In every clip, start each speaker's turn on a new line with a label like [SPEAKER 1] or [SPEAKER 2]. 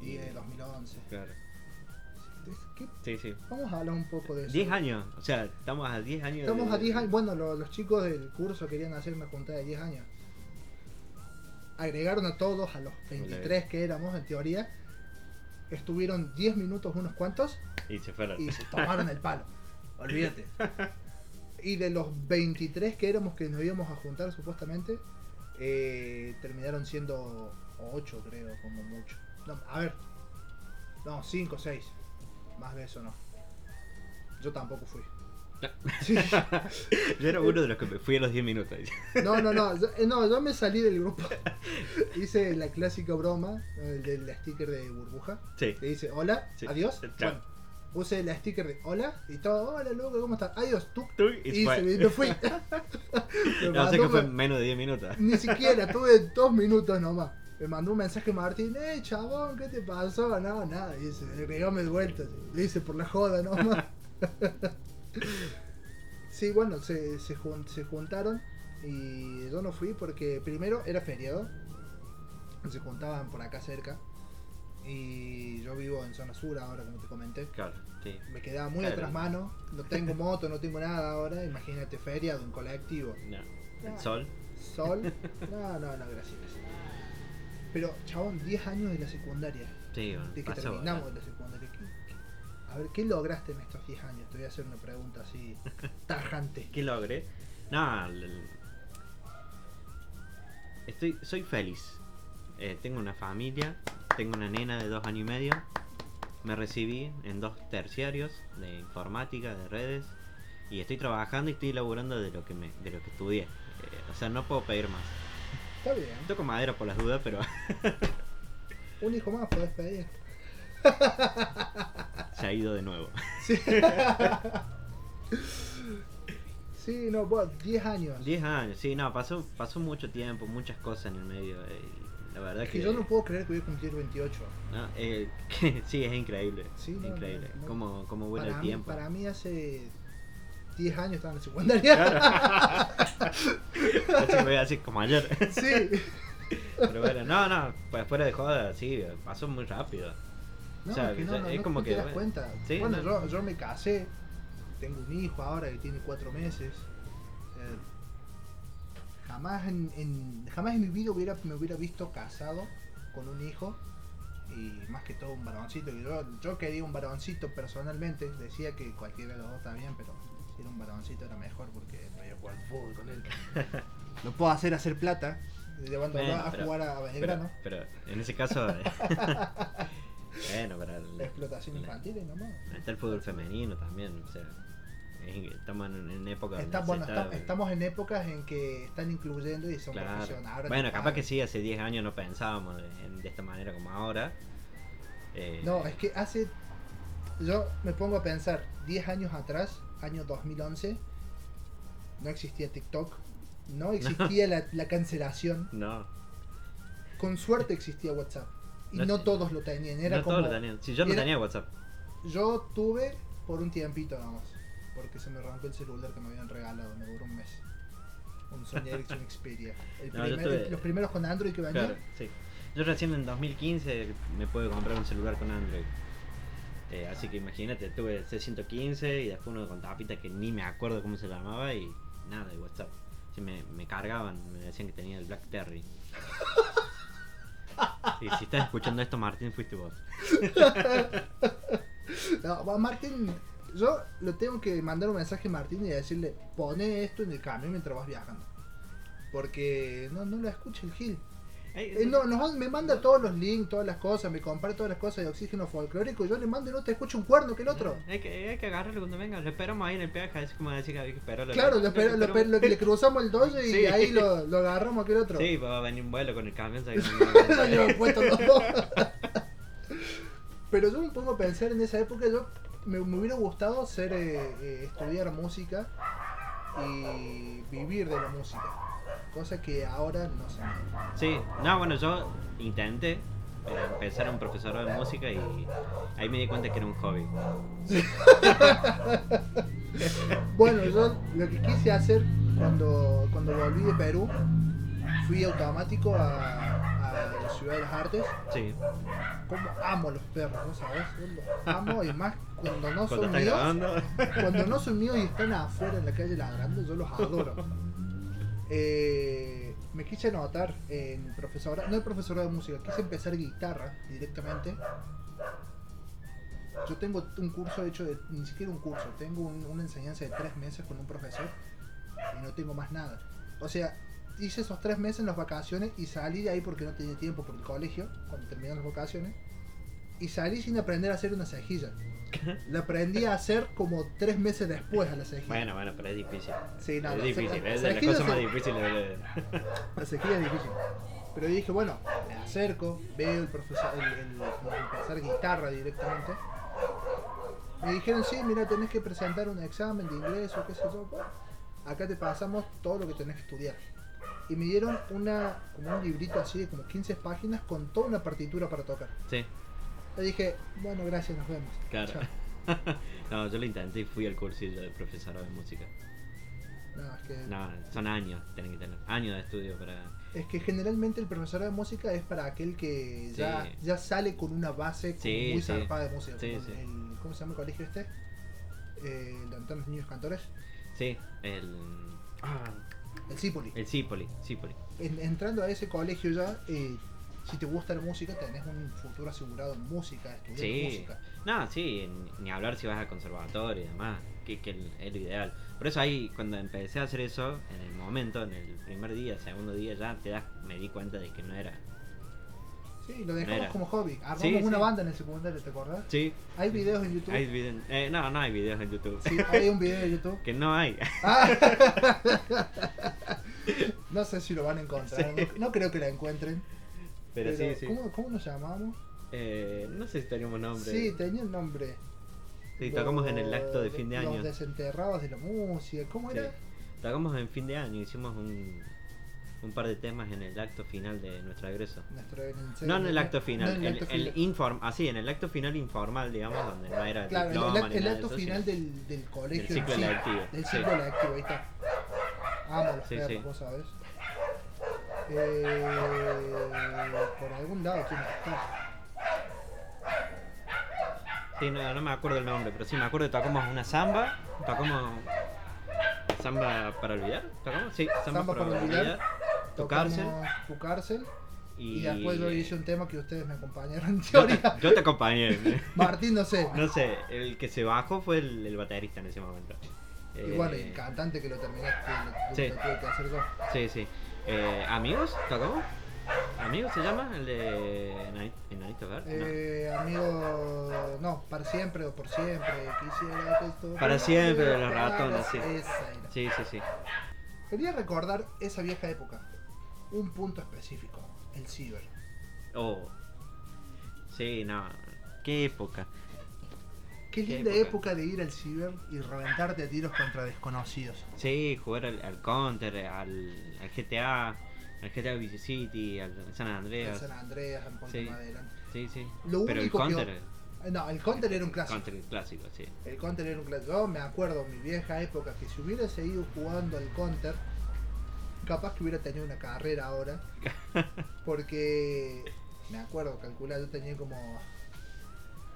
[SPEAKER 1] 10, 2011.
[SPEAKER 2] Claro.
[SPEAKER 1] ¿Qué-
[SPEAKER 2] Sí, sí.
[SPEAKER 1] Vamos a hablar un poco de eso.
[SPEAKER 2] 10 años, o sea, estamos a 10 años.
[SPEAKER 1] Estamos
[SPEAKER 2] de-
[SPEAKER 1] a 10 años. Bueno, lo- los chicos del curso querían hacerme juntada de 10 años. Agregaron a todos, a los 23 que éramos en teoría. Estuvieron 10 minutos unos cuantos
[SPEAKER 2] Y se fueron.
[SPEAKER 1] y se tomaron el palo. Olvídate. Y de los 23 que éramos que nos íbamos a juntar supuestamente, eh, terminaron siendo 8 creo, como mucho. No, a ver. No, 5 o 6. Más de eso no. Yo tampoco fui. Sí.
[SPEAKER 2] Yo era uno de los que me fui a los 10 minutos.
[SPEAKER 1] No, no, no, yo, eh, no, yo me salí del grupo. Hice la clásica broma, el del sticker de burbuja,
[SPEAKER 2] Sí.
[SPEAKER 1] que dice hola,
[SPEAKER 2] Sí,
[SPEAKER 1] adiós.
[SPEAKER 2] chao.
[SPEAKER 1] Bueno, puse el sticker de hola y todo, hola loco, ¿cómo estás? Adiós, tú.
[SPEAKER 2] Tú
[SPEAKER 1] Y
[SPEAKER 2] fue.
[SPEAKER 1] se me, me fui. Me
[SPEAKER 2] No sé
[SPEAKER 1] mandó
[SPEAKER 2] que fue
[SPEAKER 1] un-
[SPEAKER 2] menos de 10 minutos.
[SPEAKER 1] Ni siquiera, tuve dos minutos nomás. Me mandó un mensaje Martín, eh, chabón, ¿qué te pasó? No, nada, dice, regame de vuelta. Le hice por la joda nomás. sí, bueno, se, se, jun- se juntaron y yo no fui porque primero era feriado. Se juntaban por acá cerca. Y yo vivo en zona sur ahora, como te comenté.
[SPEAKER 2] Claro, sí.
[SPEAKER 1] Me quedaba muy
[SPEAKER 2] Claro.
[SPEAKER 1] atrás mano. No tengo moto, no tengo nada ahora. Imagínate feriado, un colectivo
[SPEAKER 2] No. El sol.
[SPEAKER 1] sol. No, no, no, gracias. Pero, chabón, 10 años de la secundaria.
[SPEAKER 2] Sí, bueno,
[SPEAKER 1] De que
[SPEAKER 2] pasó,
[SPEAKER 1] terminamos
[SPEAKER 2] ¿verdad?
[SPEAKER 1] la secundaria. ¿Qué- qué- A ver, ¿qué lograste en estos 10 años? Te voy a hacer una pregunta así tajante.
[SPEAKER 2] ¿Qué logré? No, el- el- estoy, soy feliz. Eh, tengo una familia, tengo una nena de dos años y medio. Me recibí en dos terciarios de informática, de redes. Y estoy trabajando y estoy laburando de lo que, me, de lo que estudié. Eh, o sea, no puedo pedir más.
[SPEAKER 1] Está bien.
[SPEAKER 2] Toco madera por las dudas, pero
[SPEAKER 1] Un hijo más podés pedir.
[SPEAKER 2] se ha ido de nuevo.
[SPEAKER 1] Sí. Sí, no, vos, 10 años.
[SPEAKER 2] 10 años, sí, no, pasó, pasó mucho tiempo, muchas cosas en el medio. eh, y la verdad
[SPEAKER 1] Es
[SPEAKER 2] que.
[SPEAKER 1] que yo no puedo creer que voy a cumplir 28.
[SPEAKER 2] no, eh, que- sí, es increíble.
[SPEAKER 1] Sí, no,
[SPEAKER 2] increíble.
[SPEAKER 1] no, no.
[SPEAKER 2] Cómo, cómo vuela
[SPEAKER 1] Para
[SPEAKER 2] el
[SPEAKER 1] mí,
[SPEAKER 2] tiempo.
[SPEAKER 1] para mí hace 10 años estaba en la secundaria.
[SPEAKER 2] Así me voy a decir como ayer.
[SPEAKER 1] Sí.
[SPEAKER 2] Pero bueno, no, no, pues fuera de joda, sí, pasó muy rápido.
[SPEAKER 1] No,
[SPEAKER 2] O sea,
[SPEAKER 1] es que no,
[SPEAKER 2] ya-
[SPEAKER 1] no,
[SPEAKER 2] es
[SPEAKER 1] no
[SPEAKER 2] como
[SPEAKER 1] te
[SPEAKER 2] que,
[SPEAKER 1] das
[SPEAKER 2] bueno,
[SPEAKER 1] cuenta.
[SPEAKER 2] sí,
[SPEAKER 1] bueno,
[SPEAKER 2] no.
[SPEAKER 1] yo, yo me casé, tengo un hijo ahora que tiene cuatro meses. Eh, jamás en, en- jamás en mi vida hubiera, me hubiera visto casado con un hijo y más que todo un varoncito. Y Yo, yo quería un varoncito personalmente, decía que cualquiera de los dos está bien, pero si era un varoncito era mejor porque me iba a jugar al fútbol con él. Lo puedo hacer hacer plata, llevándolo
[SPEAKER 2] Bueno,
[SPEAKER 1] a
[SPEAKER 2] pero-
[SPEAKER 1] jugar a
[SPEAKER 2] Pero,
[SPEAKER 1] Belgrano.
[SPEAKER 2] pero en ese caso. eh, bueno, pero. el-
[SPEAKER 1] La explotación
[SPEAKER 2] la-
[SPEAKER 1] infantil y nomás.
[SPEAKER 2] Está el fútbol femenino también, o sea. es- estamos en, en época. donde
[SPEAKER 1] Está-
[SPEAKER 2] se
[SPEAKER 1] bueno,
[SPEAKER 2] está-
[SPEAKER 1] está- estamos en épocas en que están incluyendo y son
[SPEAKER 2] Claro.
[SPEAKER 1] profesionales. Ahora
[SPEAKER 2] Bueno,
[SPEAKER 1] te
[SPEAKER 2] capaz
[SPEAKER 1] pagan.
[SPEAKER 2] que sí, hace 10 años no pensábamos de, en- de esta manera como ahora. Eh,
[SPEAKER 1] No, es que hace. Yo me pongo a pensar, 10 años atrás, año 2011, no existía TikTok, no existía la, la cancelación,
[SPEAKER 2] no,
[SPEAKER 1] con suerte existía WhatsApp. Y
[SPEAKER 2] No
[SPEAKER 1] no
[SPEAKER 2] te-
[SPEAKER 1] todos lo tenían, era
[SPEAKER 2] no
[SPEAKER 1] como.
[SPEAKER 2] todos lo tenían. Si yo no
[SPEAKER 1] era-
[SPEAKER 2] tenía WhatsApp.
[SPEAKER 1] Yo tuve por un tiempito nomás, porque se me rompió el celular que me habían regalado, me duró un mes. Un Sony Ericsson Xperia. El
[SPEAKER 2] No, yo
[SPEAKER 1] primer-
[SPEAKER 2] tuve-
[SPEAKER 1] Los primeros con Android que venían.
[SPEAKER 2] Claro, sí. Yo recién en 2015 me pude comprar un celular con Android. Eh, así que imagínate, tuve el C115 y después uno con tapita que ni me acuerdo cómo se llamaba y nada de WhatsApp. Sí, me, me cargaban, me decían que tenía el Black Terry. Y si estás escuchando esto, Martín, fuiste vos.
[SPEAKER 1] No, va, Martín, yo le tengo que mandar un mensaje a Martín y decirle, pone esto en el camión mientras vas viajando. Porque no, no lo escucha el Gil.
[SPEAKER 2] Eh,
[SPEAKER 1] Él no, nos- me manda todos los links, todas las cosas, me compra todas las cosas de oxígeno folclórico y yo le mando y no te escucho un cuerno que el otro.
[SPEAKER 2] eh, Hay que, hay que agarrarlo cuando venga. Lo esperamos ahí en el peaje. Es como decir que hay que esperarlo.
[SPEAKER 1] Claro, lo esper- lo esper-
[SPEAKER 2] esperamos.
[SPEAKER 1] lo- le cruzamos el dojo y
[SPEAKER 2] Sí.
[SPEAKER 1] ahí lo, lo agarramos aquel otro.
[SPEAKER 2] Sí, va a venir un vuelo con el camión. ¿sabes?
[SPEAKER 1] Lo llevo puesto los dos. Pero yo me pongo a pensar en esa época, yo me, me hubiera gustado ser eh, eh, estudiar música y vivir de la música. Cosa que ahora no sé.
[SPEAKER 2] sí, no, bueno, yo intenté eh, empezar un profesorado de música y ahí me di cuenta que era un hobby.
[SPEAKER 1] Bueno, yo lo que quise hacer cuando, cuando volví de Perú, fui automático a, a la Ciudad de las Artes.
[SPEAKER 2] Sí,
[SPEAKER 1] Como amo a los perros, ¿no sabes? Yo los amo y más cuando no
[SPEAKER 2] cuando
[SPEAKER 1] son
[SPEAKER 2] estás
[SPEAKER 1] míos.
[SPEAKER 2] grabando.
[SPEAKER 1] Cuando no son míos y están afuera en la calle ladrando, yo los adoro. Eh, me quise anotar en profesora, no en profesora de música, quise empezar guitarra directamente. Yo tengo un curso hecho de, ni siquiera un curso, tengo un- una enseñanza de tres meses con un profesor y no tengo más nada. O sea, hice esos tres meses en las vacaciones y salí de ahí porque no tenía tiempo por el colegio, cuando terminaron las vacaciones, y salí sin aprender a hacer una cejilla. La aprendí a hacer como tres meses después a la cejilla.
[SPEAKER 2] Bueno, bueno, pero es difícil.
[SPEAKER 1] Sí, no,
[SPEAKER 2] es
[SPEAKER 1] no,
[SPEAKER 2] difícil,
[SPEAKER 1] se-
[SPEAKER 2] es
[SPEAKER 1] se-
[SPEAKER 2] de
[SPEAKER 1] se-
[SPEAKER 2] las
[SPEAKER 1] se-
[SPEAKER 2] cosas más
[SPEAKER 1] se-
[SPEAKER 2] difíciles de...
[SPEAKER 1] La sequía es difícil. Pero yo dije, bueno, me acerco, veo el profesor, el, el- como empezar guitarra directamente. Me dijeron, sí, mira, tenés que presentar un examen de inglés o qué sé yo. Bueno, acá te pasamos todo lo que tenés que estudiar. Y me dieron una, como un librito así de como 15 páginas con toda una partitura para tocar.
[SPEAKER 2] Sí,
[SPEAKER 1] Le dije, bueno, gracias, nos vemos.
[SPEAKER 2] claro.
[SPEAKER 1] Chao.
[SPEAKER 2] no, yo lo intenté y fui al cursillo de profesora de música.
[SPEAKER 1] No, es que,
[SPEAKER 2] No, son años, tienen que tener años de estudio para...
[SPEAKER 1] es que generalmente el profesor de música es para aquel que ya,
[SPEAKER 2] Sí.
[SPEAKER 1] ya sale con una base como
[SPEAKER 2] Sí,
[SPEAKER 1] muy
[SPEAKER 2] sí.
[SPEAKER 1] zarpada de música.
[SPEAKER 2] Sí,
[SPEAKER 1] como
[SPEAKER 2] sí.
[SPEAKER 1] el- ¿Cómo se llama el colegio este? Eh, el de Antonio los Niños Cantores.
[SPEAKER 2] Sí, el... ah,
[SPEAKER 1] El Cipoli.
[SPEAKER 2] El Cipoli, Cipoli.
[SPEAKER 1] En- entrando a ese colegio ya, eh, si te gusta la música, tenés un futuro asegurado en música, estudiando
[SPEAKER 2] Sí.
[SPEAKER 1] música.
[SPEAKER 2] No, sí, ni- ni hablar si vas al conservatorio y demás, que, que el- es lo ideal. Por eso ahí, cuando empecé a hacer eso, en el momento, en el primer día, segundo día, ya te das, me di cuenta de que no era.
[SPEAKER 1] Sí, lo dejamos
[SPEAKER 2] Mira.
[SPEAKER 1] como hobby. Armamos
[SPEAKER 2] Sí,
[SPEAKER 1] una
[SPEAKER 2] sí.
[SPEAKER 1] banda en el secundario, ¿te acordás?
[SPEAKER 2] Sí,
[SPEAKER 1] Hay videos en YouTube.
[SPEAKER 2] hay vide- eh, no, no hay videos en YouTube.
[SPEAKER 1] Sí, hay un video de YouTube.
[SPEAKER 2] Que no hay.
[SPEAKER 1] Ah. no sé si lo van a encontrar.
[SPEAKER 2] Sí.
[SPEAKER 1] No, no creo que la encuentren.
[SPEAKER 2] Pero, sí, sí.
[SPEAKER 1] ¿cómo, cómo nos llamamos?
[SPEAKER 2] Eh, no sé si tenemos nombre.
[SPEAKER 1] Sí, tenía un nombre.
[SPEAKER 2] Sí, tocamos en el
[SPEAKER 1] Los-
[SPEAKER 2] acto de fin de año.
[SPEAKER 1] Los desenterrados de la música. ¿Cómo
[SPEAKER 2] Sí.
[SPEAKER 1] era?
[SPEAKER 2] Tocamos en fin de año, hicimos un, un par de temas en el acto final de nuestro egreso.
[SPEAKER 1] Nuestro- el-
[SPEAKER 2] No en el acto final,
[SPEAKER 1] no en el acto
[SPEAKER 2] el, el
[SPEAKER 1] final.
[SPEAKER 2] inform, así, en el acto final informal, digamos, donde no era
[SPEAKER 1] Claro, el-
[SPEAKER 2] diploma
[SPEAKER 1] el,
[SPEAKER 2] ni
[SPEAKER 1] el
[SPEAKER 2] nada de
[SPEAKER 1] acto
[SPEAKER 2] eso,
[SPEAKER 1] final
[SPEAKER 2] sino-
[SPEAKER 1] del, del colegio.
[SPEAKER 2] del ciclo
[SPEAKER 1] en sí,
[SPEAKER 2] electivo.
[SPEAKER 1] Del
[SPEAKER 2] Sí.
[SPEAKER 1] ciclo electivo, ahí está. Amo los
[SPEAKER 2] Sí,
[SPEAKER 1] perros,
[SPEAKER 2] sí.
[SPEAKER 1] vos sabés. Eh, por algún lado tiene que estar.
[SPEAKER 2] Sí, no, no me acuerdo el nombre, pero sí me acuerdo que tocamos una samba, tocamos samba para olvidar, tocamos, sí, samba,
[SPEAKER 1] Samba
[SPEAKER 2] para,
[SPEAKER 1] para
[SPEAKER 2] olvidar,
[SPEAKER 1] olvidar,
[SPEAKER 2] tu cárcel
[SPEAKER 1] Tocamos Tu cárcel.
[SPEAKER 2] y,
[SPEAKER 1] Y, después yo hice un tema que ustedes me acompañaron en teoría.
[SPEAKER 2] Yo te acompañé.
[SPEAKER 1] Martín, no sé.
[SPEAKER 2] No sé, el que se bajó fue el, el baterista en ese momento. Eh,
[SPEAKER 1] Igual el cantante que lo terminé, que lo,
[SPEAKER 2] Sí.
[SPEAKER 1] lo tuve que hacer yo.
[SPEAKER 2] Sí, sí. Eh, ¿Amigos? ¿Tocamos? ¿Amigos se llama? ¿El de Enani- Enanito Verde? No.
[SPEAKER 1] Eh, amigo, no, para siempre o por siempre, quisiera que esto...
[SPEAKER 2] Para siempre, de los
[SPEAKER 1] Ah,
[SPEAKER 2] ratones, sí.
[SPEAKER 1] esa era.
[SPEAKER 2] Sí, sí, sí.
[SPEAKER 1] Quería recordar esa vieja época, un punto específico, el ciber.
[SPEAKER 2] Oh. Sí, no. Qué época.
[SPEAKER 1] Qué,
[SPEAKER 2] Qué
[SPEAKER 1] linda
[SPEAKER 2] época.
[SPEAKER 1] época de ir al ciber y reventarte a tiros contra desconocidos.
[SPEAKER 2] Sí, jugar al, al Counter, al, al GTA, al GTA Vice City, al San
[SPEAKER 1] En
[SPEAKER 2] Andreas.
[SPEAKER 1] San Andreas, en Puerto
[SPEAKER 2] Sí.
[SPEAKER 1] Madera.
[SPEAKER 2] Sí, sí.
[SPEAKER 1] Lo
[SPEAKER 2] Pero el
[SPEAKER 1] único que-
[SPEAKER 2] Counter.
[SPEAKER 1] Eh, No, el Counter era un clásico.
[SPEAKER 2] Counter clásico, sí.
[SPEAKER 1] El Counter era un clásico. Yo me acuerdo, mi vieja época, que si hubiera seguido jugando al Counter, capaz que hubiera tenido una carrera ahora. Porque me acuerdo, calcular, yo tenía como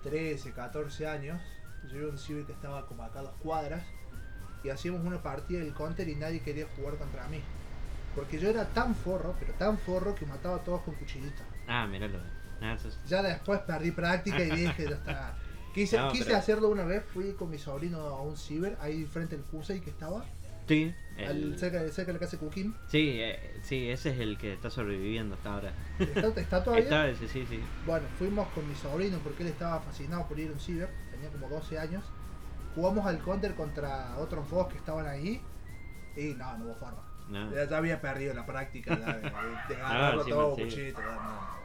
[SPEAKER 1] 13, 14 años. Yo iba a un ciber que estaba como acá a dos cuadras. Y hacíamos una partida del Counter y nadie quería jugar contra mí. Porque yo era tan forro, pero tan forro que mataba a todos con cuchillita.
[SPEAKER 2] Ah, miralo. Ah, eso es-
[SPEAKER 1] Ya después perdí práctica y dije, ya está. Quise,
[SPEAKER 2] No,
[SPEAKER 1] quise
[SPEAKER 2] pero-
[SPEAKER 1] hacerlo una vez, fui con mi sobrino a un ciber, ahí frente al CUSEI que estaba,
[SPEAKER 2] Sí,
[SPEAKER 1] al,
[SPEAKER 2] el-
[SPEAKER 1] cerca, de- cerca de la casa de Cuquín.
[SPEAKER 2] sí, eh, sí, ese es el que está sobreviviendo hasta ahora.
[SPEAKER 1] ¿Está, está todavía?
[SPEAKER 2] Está ese, sí, sí.
[SPEAKER 1] Bueno, fuimos con mi sobrino porque él estaba fascinado por ir a un ciber, tenía como 12 años. Jugamos al counter contra otros dos que estaban ahí y no, no hubo forma.
[SPEAKER 2] No.
[SPEAKER 1] Ya, ya había perdido la práctica ya, de, de
[SPEAKER 2] Ah,
[SPEAKER 1] agarrarlo
[SPEAKER 2] encima
[SPEAKER 1] todo
[SPEAKER 2] sí.
[SPEAKER 1] cuchillito, ya,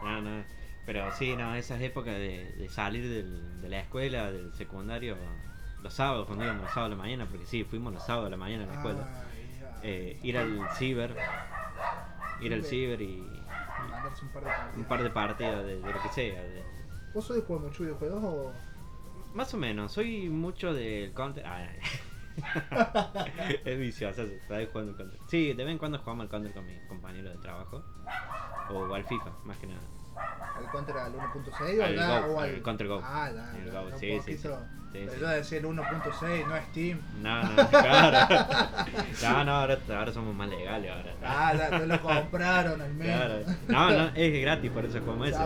[SPEAKER 1] no.
[SPEAKER 2] No, no. Pero sí, no, esas épocas de, de salir del- de la escuela, del secundario, los sábados, cuando íbamos los sábados a la mañana, porque sí, fuimos los sábados a la mañana a la escuela.
[SPEAKER 1] Ay, ya.
[SPEAKER 2] Eh, ir al ciber, ir al ciber y
[SPEAKER 1] Mandarse un par de
[SPEAKER 2] un
[SPEAKER 1] partidas.
[SPEAKER 2] par de partidas de, de lo que sea. de-
[SPEAKER 1] ¿Vos sos de jugar mucho videojuegos o...?
[SPEAKER 2] más o menos, soy mucho del counter. ah, es viciosa, se trae jugando al counter. Sí, de vez en cuando jugamos al counter con mis compañeros de trabajo. O al FIFA, más que nada.
[SPEAKER 1] ¿Al contra al 1.6 o
[SPEAKER 2] Al
[SPEAKER 1] la-
[SPEAKER 2] Go,
[SPEAKER 1] o
[SPEAKER 2] al Contra Go.
[SPEAKER 1] Ah, la,
[SPEAKER 2] El
[SPEAKER 1] la-
[SPEAKER 2] Go,
[SPEAKER 1] no,
[SPEAKER 2] sí,
[SPEAKER 1] puedo
[SPEAKER 2] sí,
[SPEAKER 1] quiso-
[SPEAKER 2] sí. Sí, sí.
[SPEAKER 1] Yo decía el 1.6, no Steam.
[SPEAKER 2] No, no, claro. No, no, ahora, ahora somos más legales. Ahora.
[SPEAKER 1] Ah, la, te lo compraron al menos.
[SPEAKER 2] Claro. No, no, es gratis, por eso como ese.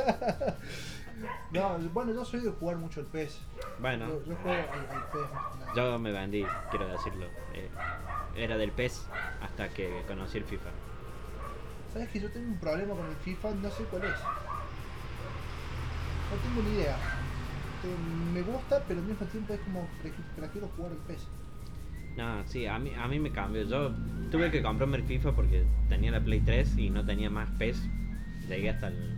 [SPEAKER 1] No, bueno, yo soy de jugar mucho el PES.
[SPEAKER 2] Bueno,
[SPEAKER 1] Yo, yo juego al, al PES más que nada.
[SPEAKER 2] yo me vendí, quiero decirlo. Eh, era del PES hasta que conocí el FIFA.
[SPEAKER 1] ¿Sabes que yo tengo un problema con el FIFA? No sé cuál es. No tengo ni idea. Eh, Me gusta, pero al mismo tiempo es como pre- prefiero jugar E el PES.
[SPEAKER 2] No, sí, a mí, a mí me cambió. Yo tuve que comprarme el FIFA porque tenía la Play 3 y no tenía más PES. Llegué hasta el.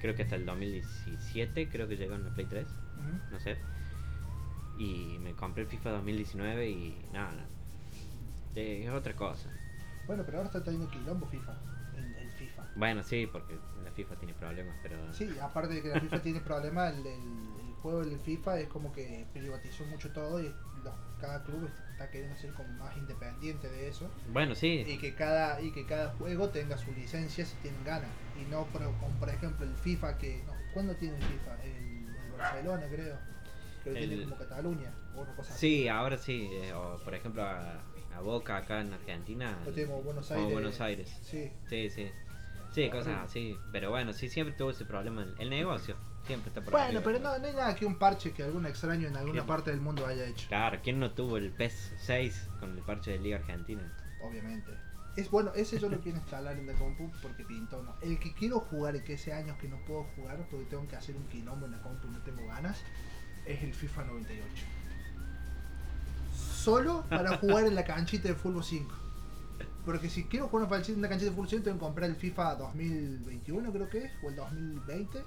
[SPEAKER 2] Creo que hasta el 2017, creo que llegó en la Play 3,
[SPEAKER 1] Ujú.
[SPEAKER 2] no sé. Y me compré el FIFA 2019 y. nada, Eh, Es otra cosa.
[SPEAKER 1] Bueno, pero ahora está teniendo quilombo FIFA. El, el FIFA.
[SPEAKER 2] Bueno, sí, porque la FIFA tiene problemas, pero.
[SPEAKER 1] Sí, aparte de que la FIFA tiene problemas, el, el- el juego del FIFA es como que privatizó mucho todo y los- cada club está queriendo ser como más independiente de eso.
[SPEAKER 2] Bueno, sí.
[SPEAKER 1] y que cada y que cada juego tenga su licencia si tienen ganas y no por, como por ejemplo el FIFA que no, ¿cuándo tiene el FIFA? El, el Barcelona creo que lo tiene
[SPEAKER 2] El-
[SPEAKER 1] como Cataluña o una cosa así
[SPEAKER 2] Sí, ahora sí. eh, o por ejemplo a, a Boca acá en Argentina.
[SPEAKER 1] lo tiene como Buenos
[SPEAKER 2] o
[SPEAKER 1] Aires Ah,
[SPEAKER 2] Buenos Aires.
[SPEAKER 1] sí
[SPEAKER 2] Sí, sí. Sí, cosas así. Pero bueno, sí, siempre tuvo ese problema. El, el negocio siempre está por
[SPEAKER 1] bueno
[SPEAKER 2] arriba.
[SPEAKER 1] pero no, no hay nada que un parche que algún extraño en alguna
[SPEAKER 2] Sí.
[SPEAKER 1] parte del mundo haya hecho
[SPEAKER 2] Claro, ¿quién no tuvo el PES 6 con el parche de Liga Argentina?
[SPEAKER 1] obviamente es bueno ese yo lo quiero instalar en la compu porque pinto no el que quiero jugar y que ese año que no puedo jugar porque tengo que hacer un quilombo en la compu y no tengo ganas es el FIFA 98 solo para jugar en la canchita de fútbol 5 porque si quiero jugar una canchita- una canchita de fútbol 5 tengo que comprar el FIFA 2021 creo que es o el 2020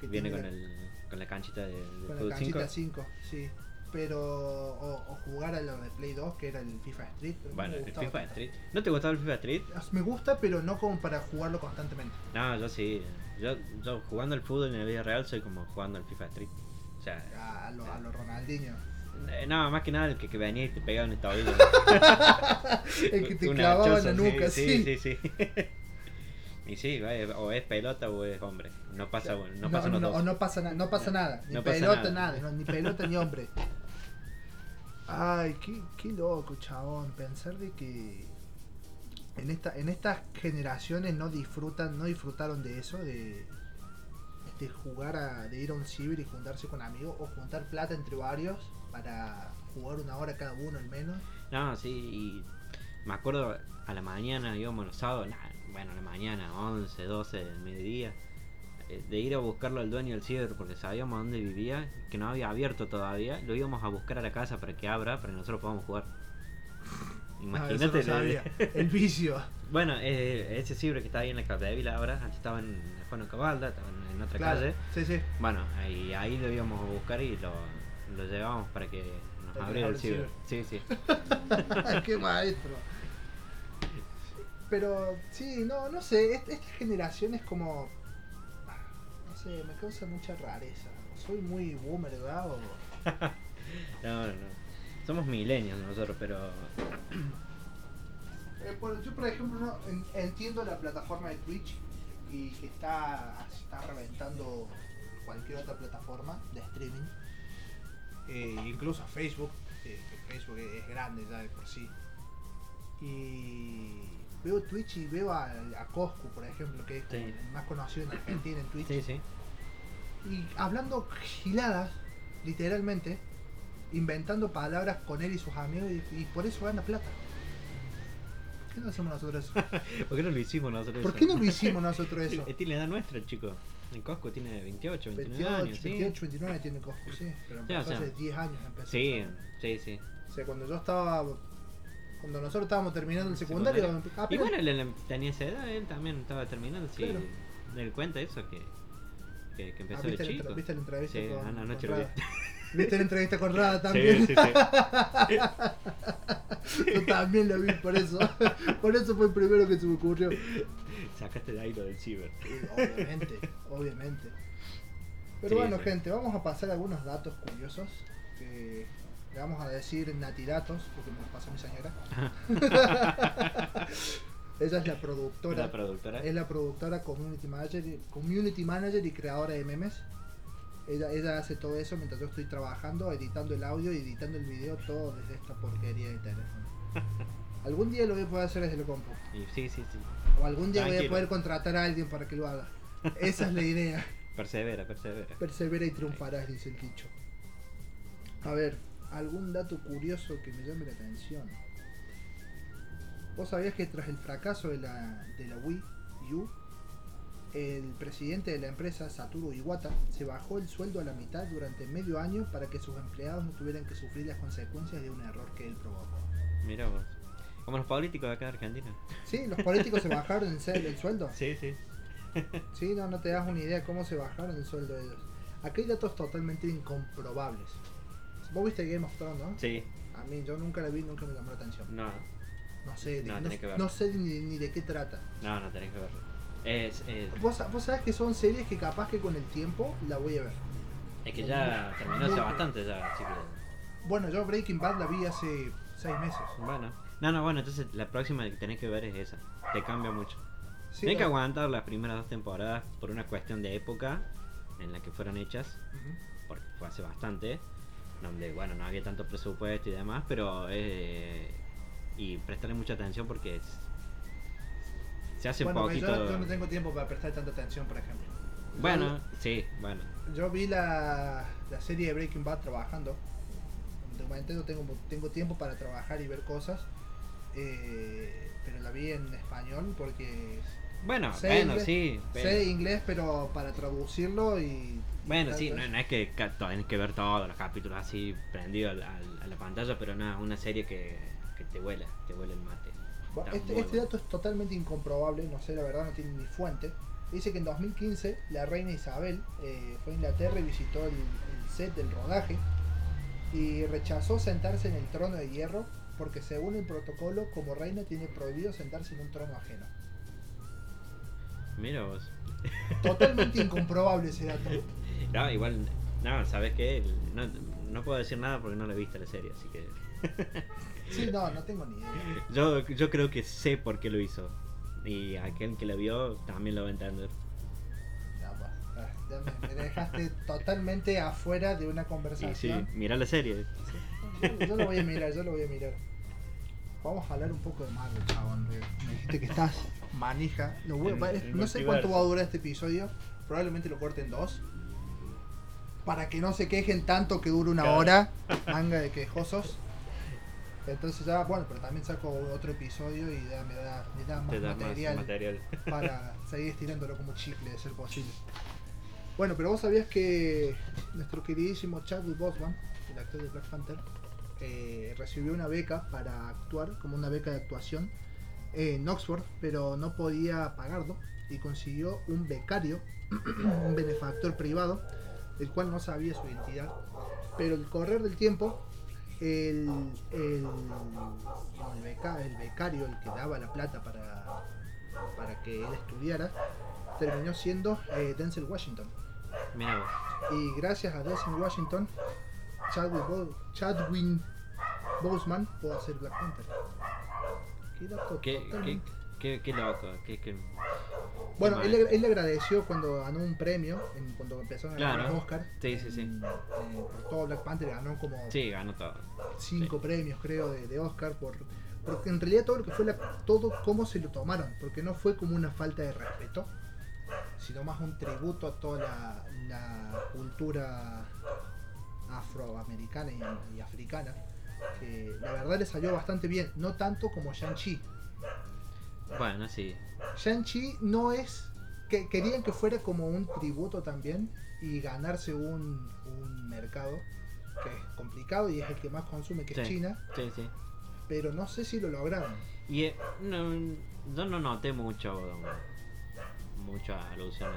[SPEAKER 1] que
[SPEAKER 2] Viene
[SPEAKER 1] tiene
[SPEAKER 2] con,
[SPEAKER 1] la-
[SPEAKER 2] el, con la canchita de, de
[SPEAKER 1] con
[SPEAKER 2] Fútbol
[SPEAKER 1] la
[SPEAKER 2] 5.
[SPEAKER 1] canchita 5 sí pero o, o jugar a lo de Play 2 que era el FIFA Street pero no
[SPEAKER 2] Bueno,
[SPEAKER 1] me
[SPEAKER 2] el
[SPEAKER 1] gustaba
[SPEAKER 2] FIFA
[SPEAKER 1] tanto.
[SPEAKER 2] Street. ¿No te gustaba el FIFA Street?
[SPEAKER 1] Me gusta, pero no como para jugarlo constantemente.
[SPEAKER 2] No, yo sí. Yo, yo jugando al fútbol en la vida real soy como jugando al FIFA Street. O sea,
[SPEAKER 1] A lo, a lo Ronaldinho.
[SPEAKER 2] Eh, No, más que nada el que, que venía y te pegaba en el tobillo.
[SPEAKER 1] El que te
[SPEAKER 2] Una
[SPEAKER 1] clavaba en la
[SPEAKER 2] choza,
[SPEAKER 1] nuca, sí.
[SPEAKER 2] Sí, sí, sí. y sí, güey, o es pelota o es hombre. No pasa, bueno, no, pasa
[SPEAKER 1] no,
[SPEAKER 2] los
[SPEAKER 1] no,
[SPEAKER 2] dos.
[SPEAKER 1] no pasa nada, no pasa nada. Ni
[SPEAKER 2] No pasa
[SPEAKER 1] pelota, nada,
[SPEAKER 2] nada.
[SPEAKER 1] no, ni pelota ni hombre. Ay, qué, qué loco, chabón. Pensar de que en esta, en estas generaciones no disfrutan, no disfrutaron de eso, de, de jugar a, de ir a un ciber y juntarse con amigos, o juntar plata entre varios para jugar una hora cada uno al menos.
[SPEAKER 2] No, sí, y me acuerdo a la mañana, íbamos los sábados, nah, bueno, a la mañana, 11, 12 del mediodía, eh, de ir a buscarlo al dueño del ciber porque sabíamos dónde vivía, que no había abierto todavía, lo íbamos a buscar a la casa para que abra, para que nosotros podamos jugar.
[SPEAKER 1] Ah,
[SPEAKER 2] Imagínate,
[SPEAKER 1] eso no
[SPEAKER 2] de-
[SPEAKER 1] sabía. el vicio.
[SPEAKER 2] Bueno, eh, ese cibre que está ahí en la Capdevila ahora, antes estaba en Juan Cabalda, estaba en, en otra
[SPEAKER 1] Claro,
[SPEAKER 2] calle.
[SPEAKER 1] Sí, sí.
[SPEAKER 2] Bueno, ahí, ahí lo íbamos a buscar y lo, lo llevábamos para que nos
[SPEAKER 1] Para que
[SPEAKER 2] abriera
[SPEAKER 1] abra
[SPEAKER 2] el
[SPEAKER 1] el
[SPEAKER 2] cibre. Sí, sí.
[SPEAKER 1] ¡Qué maestro! Pero sí, no, no sé, est- esta generación es como. No sé, me causa mucha rareza. O Soy muy boomer, ¿verdad? O-
[SPEAKER 2] No, no, no. Somos milenios nosotros, pero
[SPEAKER 1] Eh, por- yo, por ejemplo, no en- entiendo la plataforma de Twitch y que está, está reventando cualquier otra plataforma de streaming. Eh, incluso Facebook, que, que Facebook es grande ya de por sí. Y veo Twitch y veo a, a Coscu, por ejemplo, que es como
[SPEAKER 2] Sí.
[SPEAKER 1] el más conocido en Argentina en Twitch.
[SPEAKER 2] sí, sí.
[SPEAKER 1] Y hablando giladas, literalmente, inventando palabras con él y sus amigos y, y por eso gana plata. ¿Por qué no hacemos nosotros eso?
[SPEAKER 2] ¿Por qué no lo hicimos nosotros
[SPEAKER 1] ¿Por
[SPEAKER 2] eso?
[SPEAKER 1] qué no lo hicimos nosotros eso?
[SPEAKER 2] Eh, Tiene edad nuestra el chico. El Cosco tiene 28, 29
[SPEAKER 1] 28,
[SPEAKER 2] años, sí.
[SPEAKER 1] 28, 29 tiene Coscu, sí. Pero empezó
[SPEAKER 2] Ya, o sea,
[SPEAKER 1] hace 10 años. Empezó.
[SPEAKER 2] Sí, sí, sí.
[SPEAKER 1] O sea, cuando yo estaba... Cuando nosotros estábamos terminando el secundario...
[SPEAKER 2] Secundaria.
[SPEAKER 1] ah,
[SPEAKER 2] Y
[SPEAKER 1] pero-
[SPEAKER 2] bueno, él, él tenía esa edad, él también estaba terminando, sí.
[SPEAKER 1] Claro.
[SPEAKER 2] Él cuenta eso, que, que, que
[SPEAKER 1] ah,
[SPEAKER 2] empezó de
[SPEAKER 1] ¿viste, la,
[SPEAKER 2] chico.
[SPEAKER 1] entre- ¿Viste la entrevista
[SPEAKER 2] Sí,
[SPEAKER 1] con,
[SPEAKER 2] ah, no, no
[SPEAKER 1] con
[SPEAKER 2] quiero
[SPEAKER 1] Rada?
[SPEAKER 2] ver.
[SPEAKER 1] ¿Viste la entrevista con Rada también?
[SPEAKER 2] Sí, sí, sí.
[SPEAKER 1] Yo también lo vi por eso. Por eso fue el primero que se me ocurrió.
[SPEAKER 2] Sacaste de ahí lo del ciber.
[SPEAKER 1] Eh, Obviamente, obviamente. Pero
[SPEAKER 2] Sí,
[SPEAKER 1] bueno,
[SPEAKER 2] sí.
[SPEAKER 1] gente, vamos a pasar algunos datos curiosos que le vamos a decir Natidatos, porque me lo pasa mi señora. Ella es la productora.
[SPEAKER 2] La ¿eh? productora.
[SPEAKER 1] Es la productora, community manager, y- community manager y creadora de memes. Ella, ella hace todo eso mientras yo estoy trabajando, editando el audio y editando el video, todo desde esta porquería de teléfono. Algún día lo voy a poder hacer desde el compu.
[SPEAKER 2] Y sí, sí, sí.
[SPEAKER 1] O algún día voy a
[SPEAKER 2] Tranquilo.
[SPEAKER 1] poder contratar a alguien para que lo haga. Esa es la idea.
[SPEAKER 2] Persevera, persevera.
[SPEAKER 1] Persevera y triunfarás, dice el dicho. A ver, algún dato curioso que me llame la atención. ¿Vos sabías que tras el fracaso de la, de la Wii U, el presidente de la empresa, Satoru Iwata, se bajó el sueldo a la mitad durante medio año para que sus empleados no tuvieran que sufrir las consecuencias de un error que él provocó?
[SPEAKER 2] Mira vos. Como los políticos de acá de Argentina.
[SPEAKER 1] Sí, los políticos se bajaron en serio el sueldo.
[SPEAKER 2] Sí, sí.
[SPEAKER 1] Sí, no, no te das una idea de cómo se bajaron el sueldo de ellos. Aquí hay datos totalmente incomprobables. Vos viste Game of Thrones, ¿no?
[SPEAKER 2] Sí,
[SPEAKER 1] A mí, yo nunca la vi, nunca me llamó la atención.
[SPEAKER 2] no,
[SPEAKER 1] No sé, de-
[SPEAKER 2] No,
[SPEAKER 1] no,
[SPEAKER 2] tenés que verla.
[SPEAKER 1] no sé ni, ni de qué trata.
[SPEAKER 2] no, no tenés que verlo. Es, es,
[SPEAKER 1] Vos, sa- vos sabés que son series que capaz que con el tiempo la voy a ver.
[SPEAKER 2] es que ya terminó hace bastante ya, así que.
[SPEAKER 1] Bueno, yo Breaking Bad la vi hace seis meses.
[SPEAKER 2] Bueno. No, no, bueno, entonces la próxima que tenés que ver es esa. Te cambia mucho.
[SPEAKER 1] Sí,
[SPEAKER 2] Tenés que
[SPEAKER 1] la-
[SPEAKER 2] aguantar las primeras dos temporadas por una cuestión de época en la que fueron hechas,
[SPEAKER 1] Ujú.
[SPEAKER 2] porque fue hace bastante, donde bueno, no había tanto presupuesto y demás, pero eh, y prestarle mucha atención porque es, se hace
[SPEAKER 1] Bueno,
[SPEAKER 2] un
[SPEAKER 1] porque
[SPEAKER 2] poquito.
[SPEAKER 1] yo, yo no tengo tiempo para prestar tanta atención, por ejemplo.
[SPEAKER 2] Bueno, sí, bueno.
[SPEAKER 1] Yo vi la, la serie de Breaking Bad trabajando. De momento no tengo, tengo tiempo para trabajar y ver cosas. eh, pero la vi en español porque
[SPEAKER 2] Bueno,
[SPEAKER 1] Sé
[SPEAKER 2] bueno,
[SPEAKER 1] inglés-
[SPEAKER 2] sí. pero-
[SPEAKER 1] sé inglés, pero para traducirlo y.
[SPEAKER 2] Bueno,
[SPEAKER 1] y
[SPEAKER 2] sí, no,
[SPEAKER 1] tantas-
[SPEAKER 2] no es que ca- tenés que ver todos los capítulos así prendido al- al- a la pantalla, pero no, es una serie que, que te vuela, te vuela el mate.
[SPEAKER 1] Bueno,
[SPEAKER 2] Está
[SPEAKER 1] Este,
[SPEAKER 2] muy
[SPEAKER 1] este
[SPEAKER 2] bueno.
[SPEAKER 1] dato es totalmente incomprobable, no sé, la verdad no tiene ni fuente. Dice que en 2015 la reina Isabel eh, fue a Inglaterra y visitó el, el set del rodaje y rechazó sentarse en el trono de hierro porque según el protocolo como reina tiene prohibido sentarse en un trono ajeno.
[SPEAKER 2] Mira vos.
[SPEAKER 1] Totalmente incomprobable ese dato.
[SPEAKER 2] No, igual, no, ¿sabes qué? El- No, no puedo decir nada porque no la he visto la serie, así que.
[SPEAKER 1] Sí, no, no tengo ni idea.
[SPEAKER 2] Yo, yo creo que sé por qué lo hizo. Y aquel que la vio también lo va a entender.
[SPEAKER 1] Ya, bueno, ah, ya me, me dejaste totalmente afuera de una
[SPEAKER 2] Y sí,
[SPEAKER 1] conversación.
[SPEAKER 2] mira la serie.
[SPEAKER 1] Yo, yo lo voy a mirar, yo lo voy a mirar. Vamos a hablar un poco de Marvel, chabón. Rey. Me dijiste que estás manija. Lo voy a-
[SPEAKER 2] El-
[SPEAKER 1] va-
[SPEAKER 2] el
[SPEAKER 1] no sé
[SPEAKER 2] multiverso.
[SPEAKER 1] cuánto va a durar este episodio. Probablemente lo corten dos. Para que no se quejen tanto que dure una
[SPEAKER 2] Claro.
[SPEAKER 1] hora. Manga de quejosos. Entonces ya, bueno, pero también saco otro episodio y ya me da, me da más
[SPEAKER 2] Te da
[SPEAKER 1] material
[SPEAKER 2] más material.
[SPEAKER 1] para seguir estirándolo como chicle de ser posible. Bueno, pero vos sabías que nuestro queridísimo Chadwick Boseman, el actor de Black Panther, eh, recibió una beca para actuar, como una beca de actuación, eh, en Oxford, pero no podía pagarlo y consiguió un becario, un benefactor privado, el cual no sabía su identidad. Pero el correr del tiempo, el, el, no, el beca- el becario, el que daba la plata para, para que él estudiara, terminó siendo eh, Denzel Washington.
[SPEAKER 2] Mira vos.
[SPEAKER 1] Y gracias a Denzel Washington, Chadwick, Bo- Chadwick Boseman pudo hacer Black Panther. Qué dato
[SPEAKER 2] Qué, qué,
[SPEAKER 1] totalmente-
[SPEAKER 2] qué, qué loco. Qué, qué-
[SPEAKER 1] Bueno,
[SPEAKER 2] qué
[SPEAKER 1] él,
[SPEAKER 2] mal.
[SPEAKER 1] le- él le agradeció cuando ganó un premio, en- cuando empezó a ganar
[SPEAKER 2] Claro.
[SPEAKER 1] un Oscar.
[SPEAKER 2] Sí, sí, sí.
[SPEAKER 1] En- eh, por todo Black Panther ganó como
[SPEAKER 2] Sí, ganó todo.
[SPEAKER 1] cinco premios, creo, de, de Oscar. Por, porque en realidad todo lo que fue, la- todo cómo se lo tomaron, porque no fue como una falta de respeto, sino más un tributo a toda la, la cultura afroamericana y, y africana. Que la verdad le salió bastante bien, no tanto como Shang-Chi.
[SPEAKER 2] Bueno, sí.
[SPEAKER 1] Shang-Chi no es. Que, querían que fuera como un tributo también y ganarse un, un mercado que es complicado y es el que más consume, que es
[SPEAKER 2] Sí.
[SPEAKER 1] China,
[SPEAKER 2] Sí, sí.
[SPEAKER 1] pero no sé si lo lograron.
[SPEAKER 2] Y eh, no, yo no noté mucho mucho alusión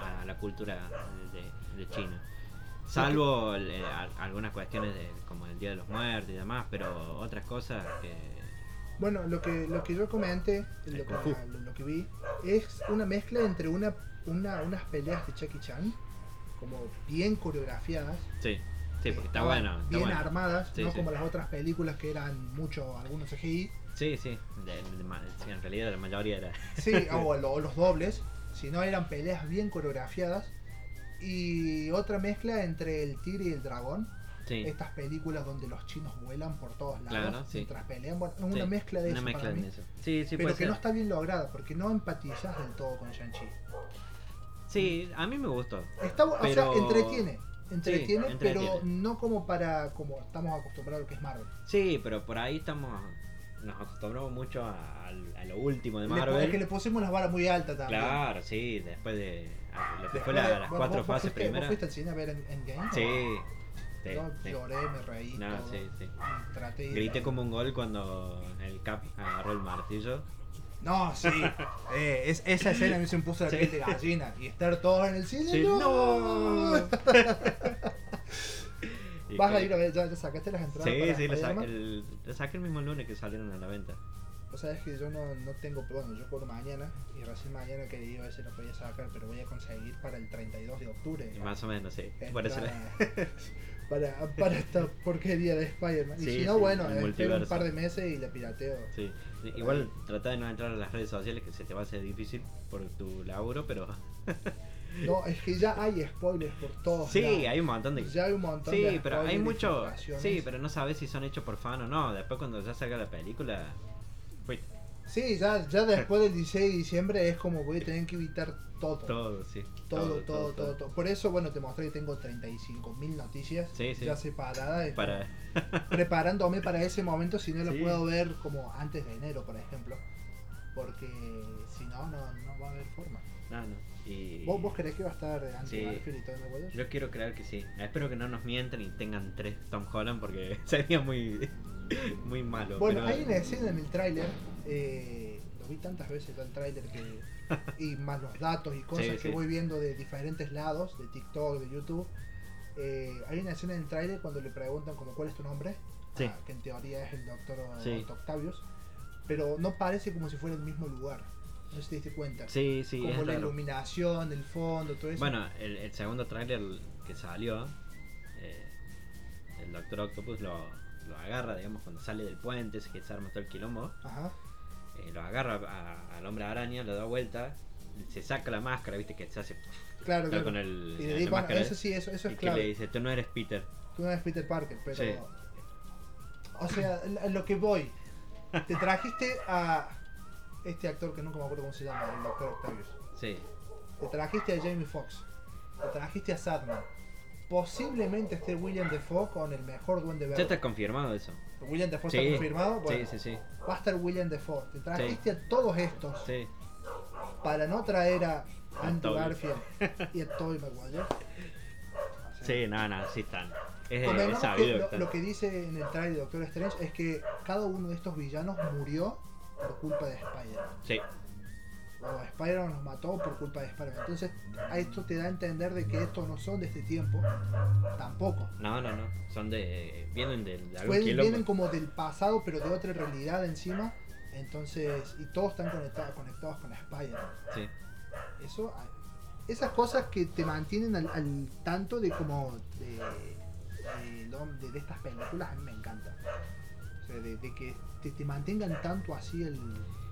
[SPEAKER 2] a, a la cultura de, de China. Salvo eh, a- algunas cuestiones de, como el Día de los Muertos y demás, pero otras cosas que...
[SPEAKER 1] Bueno, lo que, lo que yo comenté,
[SPEAKER 2] El
[SPEAKER 1] lo que,
[SPEAKER 2] Kung Fu.
[SPEAKER 1] lo, lo que vi, es una mezcla entre una, una- unas peleas de Jackie Chan, como bien coreografiadas,
[SPEAKER 2] Sí, Sí,
[SPEAKER 1] que
[SPEAKER 2] porque está
[SPEAKER 1] estaban
[SPEAKER 2] bueno. Está
[SPEAKER 1] Ah, bien
[SPEAKER 2] bueno.
[SPEAKER 1] armadas,
[SPEAKER 2] Sí,
[SPEAKER 1] no
[SPEAKER 2] sí.
[SPEAKER 1] como las otras películas que eran mucho, algunos CGI,
[SPEAKER 2] Sí, sí. de- de ma- sí, en realidad la mayoría era.
[SPEAKER 1] sí, o, lo- o los dobles, sino eran peleas bien coreografiadas y otra mezcla entre el tigre y el dragón,
[SPEAKER 2] Sí,
[SPEAKER 1] estas películas donde los chinos vuelan por todos lados
[SPEAKER 2] Claro, sí.
[SPEAKER 1] mientras pelean, bueno, es una
[SPEAKER 2] Sí,
[SPEAKER 1] mezcla de
[SPEAKER 2] una
[SPEAKER 1] eso
[SPEAKER 2] mezcla
[SPEAKER 1] para
[SPEAKER 2] en
[SPEAKER 1] mí,
[SPEAKER 2] eso. Sí, sí,
[SPEAKER 1] pero
[SPEAKER 2] puede
[SPEAKER 1] que no
[SPEAKER 2] ser.
[SPEAKER 1] está bien lograda porque no empatizas del todo con Shang-Chi.
[SPEAKER 2] Sí, a mí me gustó.
[SPEAKER 1] Está, bu-
[SPEAKER 2] Pero-
[SPEAKER 1] o sea, entretiene, entretiene,
[SPEAKER 2] entretiene.
[SPEAKER 1] pero no como para como estamos acostumbrados a lo que es Marvel.
[SPEAKER 2] Sí, pero por ahí estamos. Nos acostumbramos mucho a, a lo último de
[SPEAKER 1] Le po- es
[SPEAKER 2] Marvel.
[SPEAKER 1] que le pusimos las varas muy altas también.
[SPEAKER 2] Claro, sí, después de a- lo que fue
[SPEAKER 1] Después
[SPEAKER 2] la-
[SPEAKER 1] de-
[SPEAKER 2] las
[SPEAKER 1] vos-
[SPEAKER 2] cuatro
[SPEAKER 1] vos
[SPEAKER 2] fases
[SPEAKER 1] fuiste- vos
[SPEAKER 2] primeras.
[SPEAKER 1] fuiste al cine a ver en, Game?
[SPEAKER 2] Sí, sí,
[SPEAKER 1] Yo
[SPEAKER 2] sí.
[SPEAKER 1] lloré, me reí.
[SPEAKER 2] No,
[SPEAKER 1] todo.
[SPEAKER 2] sí, sí.
[SPEAKER 1] Y Traté de-
[SPEAKER 2] Grité como un gol cuando el Cap agarró el martillo.
[SPEAKER 1] No, sí. Eh, es- esa escena a mí se me puso la
[SPEAKER 2] Sí.
[SPEAKER 1] piel de gallina. Y estar todos en el cine.
[SPEAKER 2] Sí,
[SPEAKER 1] ¡No!
[SPEAKER 2] Y
[SPEAKER 1] Vas a
[SPEAKER 2] con-
[SPEAKER 1] ir a ver, ya, ya sacaste las entradas.
[SPEAKER 2] Sí,
[SPEAKER 1] para
[SPEAKER 2] sí, lo sa-
[SPEAKER 1] Spider-Man?
[SPEAKER 2] el- lo saqué el mismo lunes que salieron a la venta.
[SPEAKER 1] O sea, es que yo no, no tengo, bueno, yo cobro mañana y recién mañana que iba a ver si lo podía sacar, pero voy a conseguir para el 32 de octubre.
[SPEAKER 2] Más o menos, sí.
[SPEAKER 1] Esta-
[SPEAKER 2] Por eso-
[SPEAKER 1] para, para esta porquería de Spider-Man. y
[SPEAKER 2] Sí,
[SPEAKER 1] si no,
[SPEAKER 2] sí,
[SPEAKER 1] bueno,
[SPEAKER 2] el
[SPEAKER 1] espero un
[SPEAKER 2] multiverso.
[SPEAKER 1] par de meses y la pirateo.
[SPEAKER 2] sí. Igual trata de no entrar a las redes sociales que se te va a hacer difícil por tu laburo, pero...
[SPEAKER 1] No, es que ya hay spoilers por todos
[SPEAKER 2] Sí,
[SPEAKER 1] lados.
[SPEAKER 2] hay un montón de...
[SPEAKER 1] Oh, Ya hay un montón de
[SPEAKER 2] Sí, pero hay
[SPEAKER 1] spoilers y
[SPEAKER 2] mucho...
[SPEAKER 1] filtraciones.
[SPEAKER 2] Sí, pero no sabes si son hechos por fan o no. Después cuando ya salga la película... Fue
[SPEAKER 1] Sí, ya, ya después del 16 de diciembre es como voy a tener que evitar todo. Todo,
[SPEAKER 2] todo, sí.
[SPEAKER 1] todo, todo, todo. Por eso, bueno, te mostré que tengo 35.000 noticias
[SPEAKER 2] Sí, sí.
[SPEAKER 1] ya separadas.
[SPEAKER 2] Para...
[SPEAKER 1] preparándome para ese momento si no lo
[SPEAKER 2] Sí.
[SPEAKER 1] puedo ver como antes de enero, por ejemplo. Porque si no, no, no va a haber forma.
[SPEAKER 2] No, no. Y...
[SPEAKER 1] ¿Vos, vos creés que va a estar antes
[SPEAKER 2] Sí.
[SPEAKER 1] de Garfield y todo en el
[SPEAKER 2] Yo quiero creer que sí. Espero que no nos mientan y tengan tres Tom Holland porque sería muy, muy malo.
[SPEAKER 1] Bueno,
[SPEAKER 2] pero-
[SPEAKER 1] hay una escena en el tráiler, eh, lo vi tantas veces el tráiler que... Y más los datos y cosas
[SPEAKER 2] Sí,
[SPEAKER 1] que
[SPEAKER 2] sí.
[SPEAKER 1] voy viendo de diferentes lados, de TikTok, de YouTube. Eh, hay una escena en el tráiler cuando le preguntan como cuál es tu nombre,
[SPEAKER 2] Sí.
[SPEAKER 1] ah, que en teoría es el doctor
[SPEAKER 2] Sí.
[SPEAKER 1] Octavius, pero no parece como si fuera el mismo lugar. No sé si te diste cuenta.
[SPEAKER 2] Sí, sí,
[SPEAKER 1] como
[SPEAKER 2] es
[SPEAKER 1] la
[SPEAKER 2] raro.
[SPEAKER 1] iluminación, el fondo, todo eso.
[SPEAKER 2] Bueno, el, el segundo tráiler que salió, eh, el Doctor Octopus lo, lo agarra, digamos, cuando sale del puente, ese que se arma todo el quilombo,
[SPEAKER 1] Ajá.
[SPEAKER 2] eh, lo agarra a- al hombre araña, lo da vuelta, se saca la máscara, viste, que se hace
[SPEAKER 1] Claro,
[SPEAKER 2] todo
[SPEAKER 1] claro.
[SPEAKER 2] con el,
[SPEAKER 1] y
[SPEAKER 2] la
[SPEAKER 1] le digo, bueno,
[SPEAKER 2] máscara,
[SPEAKER 1] eso sí, eso, eso
[SPEAKER 2] y
[SPEAKER 1] es
[SPEAKER 2] que le
[SPEAKER 1] clave.
[SPEAKER 2] dice, tú no eres Peter.
[SPEAKER 1] Tú no eres Peter Parker, pero.
[SPEAKER 2] Sí.
[SPEAKER 1] O sea, l- a lo que voy. Te trajiste a este actor que nunca me acuerdo cómo se llama, el Doctor Octavius.
[SPEAKER 2] Sí,
[SPEAKER 1] Te trajiste a Jamie Foxx. Te trajiste a Sadman. Posiblemente esté William Defoe con el mejor duende
[SPEAKER 2] ya
[SPEAKER 1] verde.
[SPEAKER 2] está confirmado eso.
[SPEAKER 1] William Defoe
[SPEAKER 2] Sí.
[SPEAKER 1] está confirmado. Bueno,
[SPEAKER 2] Sí, sí, sí,
[SPEAKER 1] va a estar William Defoe. Te trajiste a todos estos
[SPEAKER 2] sí.
[SPEAKER 1] para no traer a
[SPEAKER 2] A
[SPEAKER 1] Andrew
[SPEAKER 2] Tobey.
[SPEAKER 1] Garfield y a Tobey Maguire. O sea,
[SPEAKER 2] Sí, no, no, sí están. Es, es
[SPEAKER 1] Convengamos que
[SPEAKER 2] sabido.
[SPEAKER 1] lo,
[SPEAKER 2] que
[SPEAKER 1] lo que dice en el trailer de Doctor Strange es que cada uno de estos villanos murió por culpa de Spider-Man.
[SPEAKER 2] están. Sí,
[SPEAKER 1] O Spider-Man los mató por culpa de Spider-Man. Entonces, a esto te da a entender de que estos no son de este tiempo. Tampoco.
[SPEAKER 2] no, no, no. Son de. Vienen de, de algún
[SPEAKER 1] Pueden-
[SPEAKER 2] quilombo.
[SPEAKER 1] vienen como del pasado, pero de otra realidad encima. Entonces, y todos están conectados, conectados con Spider-Man.
[SPEAKER 2] Sí.
[SPEAKER 1] Eso, esas cosas que te mantienen al, al tanto de como de, de, lo- de- de estas películas a mí me encanta. O sea, de, de que te, te mantengan tanto así el...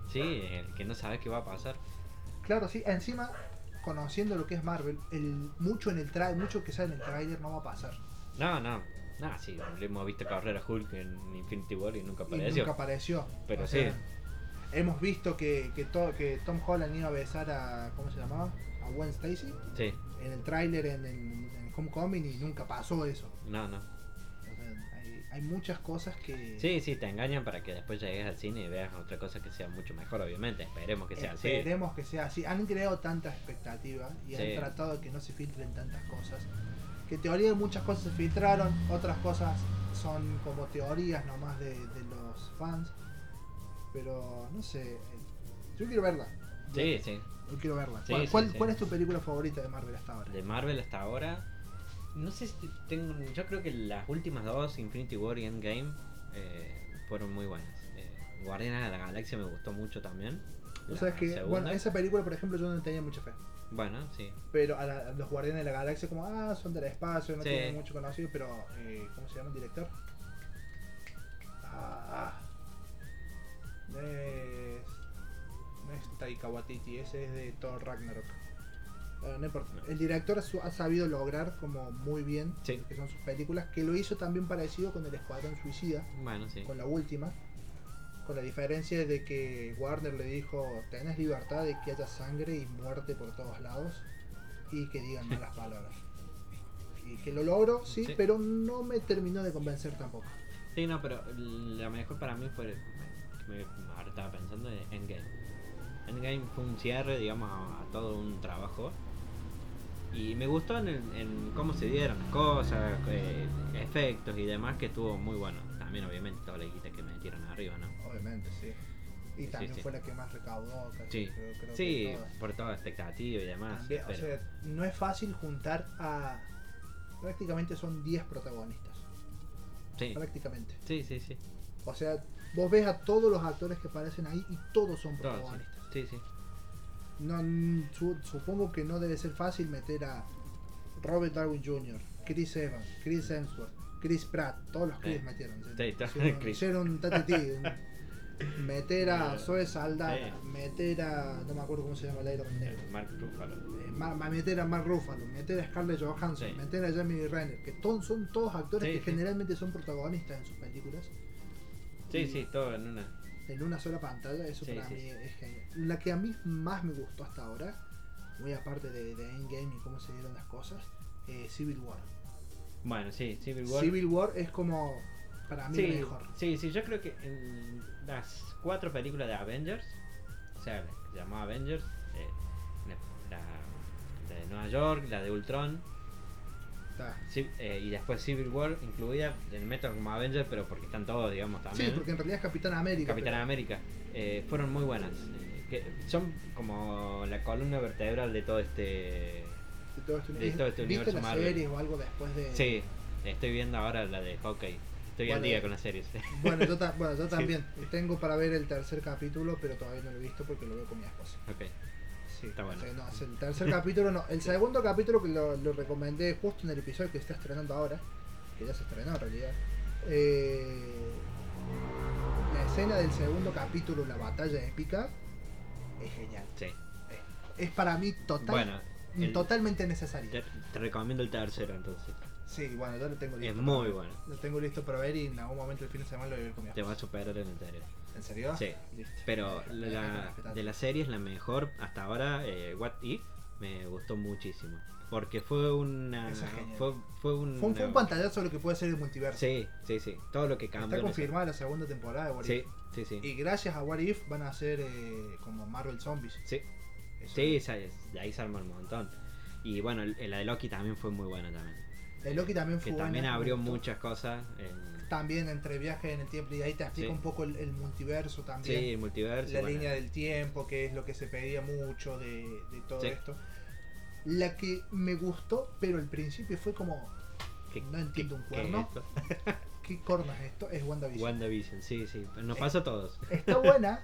[SPEAKER 2] Sí, el que no sabe qué va a pasar.
[SPEAKER 1] Claro, sí, encima, conociendo lo que es Marvel, el mucho en el tra- mucho que sale en el trailer no va a pasar.
[SPEAKER 2] No, no. No, sí, le hemos visto correr a Hulk en Infinity War y nunca
[SPEAKER 1] Y
[SPEAKER 2] apareció.
[SPEAKER 1] nunca apareció.
[SPEAKER 2] Pero
[SPEAKER 1] O
[SPEAKER 2] sí.
[SPEAKER 1] sea, Hemos visto que, que, to- que Tom Holland iba a besar a... ¿Cómo se llamaba? A Gwen Stacy
[SPEAKER 2] Sí,
[SPEAKER 1] en el tráiler en, en, en Homecoming y nunca pasó eso.
[SPEAKER 2] no, no.
[SPEAKER 1] O sea, hay, hay muchas cosas que
[SPEAKER 2] Sí, sí, te engañan para que después llegues al cine y veas otra cosa que sea mucho mejor, obviamente. Esperemos que sea así.
[SPEAKER 1] esperemos que sea así. Han creado tantas expectativas y
[SPEAKER 2] Sí.
[SPEAKER 1] han tratado de que no se filtren tantas cosas. Que en teoría muchas cosas se filtraron, otras cosas son como teorías nomás de, de los fans. Pero no sé, eh, yo quiero verla.
[SPEAKER 2] Sí, sí.
[SPEAKER 1] Yo quiero verla.
[SPEAKER 2] Sí,
[SPEAKER 1] ¿Cuál,
[SPEAKER 2] sí,
[SPEAKER 1] cuál-
[SPEAKER 2] sí.
[SPEAKER 1] cuál es tu película favorita de Marvel hasta ahora?
[SPEAKER 2] De Marvel hasta ahora. No sé si tengo. Yo creo que las últimas dos, Infinity War y Endgame, eh, fueron muy buenas. Eh, Guardianes de la Galaxia me gustó mucho también.
[SPEAKER 1] O
[SPEAKER 2] La
[SPEAKER 1] sea, es que,
[SPEAKER 2] segunda.
[SPEAKER 1] bueno, esa película, por ejemplo, yo no tenía mucha fe.
[SPEAKER 2] Bueno, sí.
[SPEAKER 1] Pero a, la- a los Guardianes de la Galaxia, como, ah, son del espacio, no
[SPEAKER 2] Sí.
[SPEAKER 1] tienen mucho conocido, pero, eh, ¿cómo se llama el director? Ah, no es. No es Taika Waititi, ese es de Thor Ragnarok. Eh, no importa.
[SPEAKER 2] No.
[SPEAKER 1] El director su- ha sabido lograr, como muy bien,
[SPEAKER 2] Sí.
[SPEAKER 1] que son sus películas, que lo hizo también parecido con El Escuadrón Suicida,
[SPEAKER 2] Bueno, sí.
[SPEAKER 1] con la última. Con la diferencia de que Warner le dijo, tenés libertad de que haya sangre y muerte por todos lados y que digan malas palabras. Y que lo logro, sí,
[SPEAKER 2] Sí.
[SPEAKER 1] pero no me terminó de convencer tampoco.
[SPEAKER 2] Sí, no, pero la mejor para mí fue. me- ahora estaba pensando en Endgame. Endgame fue un cierre, digamos, a, a todo un trabajo. Y me gustó en, el- en cómo se dieron las cosas, eh, efectos y demás, que estuvo muy bueno. También, obviamente, toda la guita que metieron arriba, ¿no?
[SPEAKER 1] Obviamente, sí. Y
[SPEAKER 2] Sí,
[SPEAKER 1] también
[SPEAKER 2] sí.
[SPEAKER 1] fue la que más recaudó, casi,
[SPEAKER 2] Sí,
[SPEAKER 1] creo, creo que
[SPEAKER 2] sí,
[SPEAKER 1] todas.
[SPEAKER 2] por toda expectativa y demás.
[SPEAKER 1] También, o
[SPEAKER 2] pero-
[SPEAKER 1] sea, no es fácil juntar a... Prácticamente son 10 protagonistas.
[SPEAKER 2] sí,
[SPEAKER 1] Prácticamente.
[SPEAKER 2] sí, sí, sí.
[SPEAKER 1] O sea, vos ves a todos los actores que aparecen ahí y todos son
[SPEAKER 2] Todo, sí.
[SPEAKER 1] protagonistas.
[SPEAKER 2] sí, sí.
[SPEAKER 1] No, mm, su- supongo que no debe ser fácil meter a Robert Darwin Jr., Chris Evans, Chris Hemsworth, Chris Pratt, todos los Chris
[SPEAKER 2] Sí.
[SPEAKER 1] metieron. ¿eh?
[SPEAKER 2] Sí, está-
[SPEAKER 1] hicieron,
[SPEAKER 2] Chris.
[SPEAKER 1] hicieron tatiti, meter a
[SPEAKER 2] Eh,
[SPEAKER 1] Zoe Saldana,
[SPEAKER 2] sí.
[SPEAKER 1] meter a. no me acuerdo cómo se llama el Iron Negro.
[SPEAKER 2] Eh, Mark Ruffalo.
[SPEAKER 1] eh, Ma- ma- meter a Mark Ruffalo, meter a Scarlett Johansson,
[SPEAKER 2] Sí.
[SPEAKER 1] meter a Jeremy Renner, que ton- son todos actores
[SPEAKER 2] Sí,
[SPEAKER 1] que
[SPEAKER 2] sí.
[SPEAKER 1] generalmente son protagonistas en sus películas,
[SPEAKER 2] Sí, sí, todo en una.
[SPEAKER 1] en una sola pantalla, eso
[SPEAKER 2] Sí,
[SPEAKER 1] para
[SPEAKER 2] sí,
[SPEAKER 1] mí
[SPEAKER 2] sí.
[SPEAKER 1] es genial. La que a mí más me gustó hasta ahora, muy aparte de, de Endgame y cómo se dieron las cosas, eh, Civil War.
[SPEAKER 2] Bueno, sí, Civil War.
[SPEAKER 1] Civil War es como, para mí, la
[SPEAKER 2] Sí,
[SPEAKER 1] mejor.
[SPEAKER 2] sí, sí, yo creo que en las cuatro películas de Avengers, o sea, la que se llamó Avengers, eh, la, la- la de Nueva York, la de Ultron,
[SPEAKER 1] Está.
[SPEAKER 2] Civ- eh, y después Civil War, incluida el método como Avengers, pero porque están todos, digamos, también.
[SPEAKER 1] Sí, porque en realidad es Capitán América.
[SPEAKER 2] Capitán América, eh, fueron muy buenas. eh, que son como la columna vertebral de todo este.
[SPEAKER 1] pero de todo este
[SPEAKER 2] de
[SPEAKER 1] uni-
[SPEAKER 2] todo
[SPEAKER 1] ¿Viste
[SPEAKER 2] este universo
[SPEAKER 1] las
[SPEAKER 2] Marvel.
[SPEAKER 1] series o algo después de.?
[SPEAKER 2] Sí, estoy viendo ahora la de Hawkeye. Estoy
[SPEAKER 1] Bueno, eh,
[SPEAKER 2] al día con las series.
[SPEAKER 1] Bueno, yo, ta- bueno, yo también. Tengo para ver el tercer capítulo, pero todavía no lo he visto porque lo veo con mi esposa.
[SPEAKER 2] ok.
[SPEAKER 1] Sí,
[SPEAKER 2] Está bueno.
[SPEAKER 1] o sea, no, es el tercer capítulo no. El segundo capítulo que lo, lo recomendé justo en el episodio que está estrenando ahora, que ya se estrenó en realidad. eh, la escena del segundo capítulo, la batalla épica, es genial.
[SPEAKER 2] Sí.
[SPEAKER 1] Es para mí total,
[SPEAKER 2] Bueno, el-
[SPEAKER 1] totalmente necesario.
[SPEAKER 2] Te, te recomiendo el tercero entonces.
[SPEAKER 1] Sí, bueno, yo lo tengo
[SPEAKER 2] Es
[SPEAKER 1] listo.
[SPEAKER 2] muy bueno.
[SPEAKER 1] Lo tengo listo para ver y en algún momento el fin de semana lo voy a ver con mi
[SPEAKER 2] Te
[SPEAKER 1] esposa.
[SPEAKER 2] va a superar en el anterior.
[SPEAKER 1] ¿En serio?
[SPEAKER 2] Sí.
[SPEAKER 1] Listo.
[SPEAKER 2] Pero
[SPEAKER 1] Me deja- me deja
[SPEAKER 2] la,
[SPEAKER 1] con las
[SPEAKER 2] de la serie es la mejor hasta ahora. eh, What If me gustó muchísimo. Porque fue una.
[SPEAKER 1] Eso es genial.
[SPEAKER 2] Fue, fue un.
[SPEAKER 1] fue, un- fue un pantallazo de lo que puede ser el multiverso.
[SPEAKER 2] Sí, sí, sí. Todo lo que cambió.
[SPEAKER 1] Está confirmada la segunda temporada de What
[SPEAKER 2] Sí,
[SPEAKER 1] If.
[SPEAKER 2] sí, sí.
[SPEAKER 1] Y gracias a What If van a ser eh, como Marvel Zombies.
[SPEAKER 2] Sí,
[SPEAKER 1] Eso.
[SPEAKER 2] sí, esa es- de ahí se armó un montón. Y bueno, el- la de Loki también fue muy buena también.
[SPEAKER 1] El Loki también
[SPEAKER 2] Que
[SPEAKER 1] fue.
[SPEAKER 2] también
[SPEAKER 1] buena,
[SPEAKER 2] abrió
[SPEAKER 1] me gustó.
[SPEAKER 2] muchas cosas. en-
[SPEAKER 1] También entre viajes en el tiempo y ahí te explica
[SPEAKER 2] Sí.
[SPEAKER 1] un poco el, el multiverso
[SPEAKER 2] Sí,
[SPEAKER 1] también.
[SPEAKER 2] el multiverso.
[SPEAKER 1] la
[SPEAKER 2] bueno.
[SPEAKER 1] línea del tiempo, que es lo que se pedía mucho de, de todo
[SPEAKER 2] Sí.
[SPEAKER 1] esto. La que me gustó, pero al principio fue como,
[SPEAKER 2] ¿Qué-
[SPEAKER 1] no entiendo un
[SPEAKER 2] qué
[SPEAKER 1] cuerno.
[SPEAKER 2] es esto?
[SPEAKER 1] ¿qué corno es esto? Es WandaVision.
[SPEAKER 2] WandaVision, sí, sí. Nos
[SPEAKER 1] Eh.
[SPEAKER 2] pasa a todos.
[SPEAKER 1] Está buena.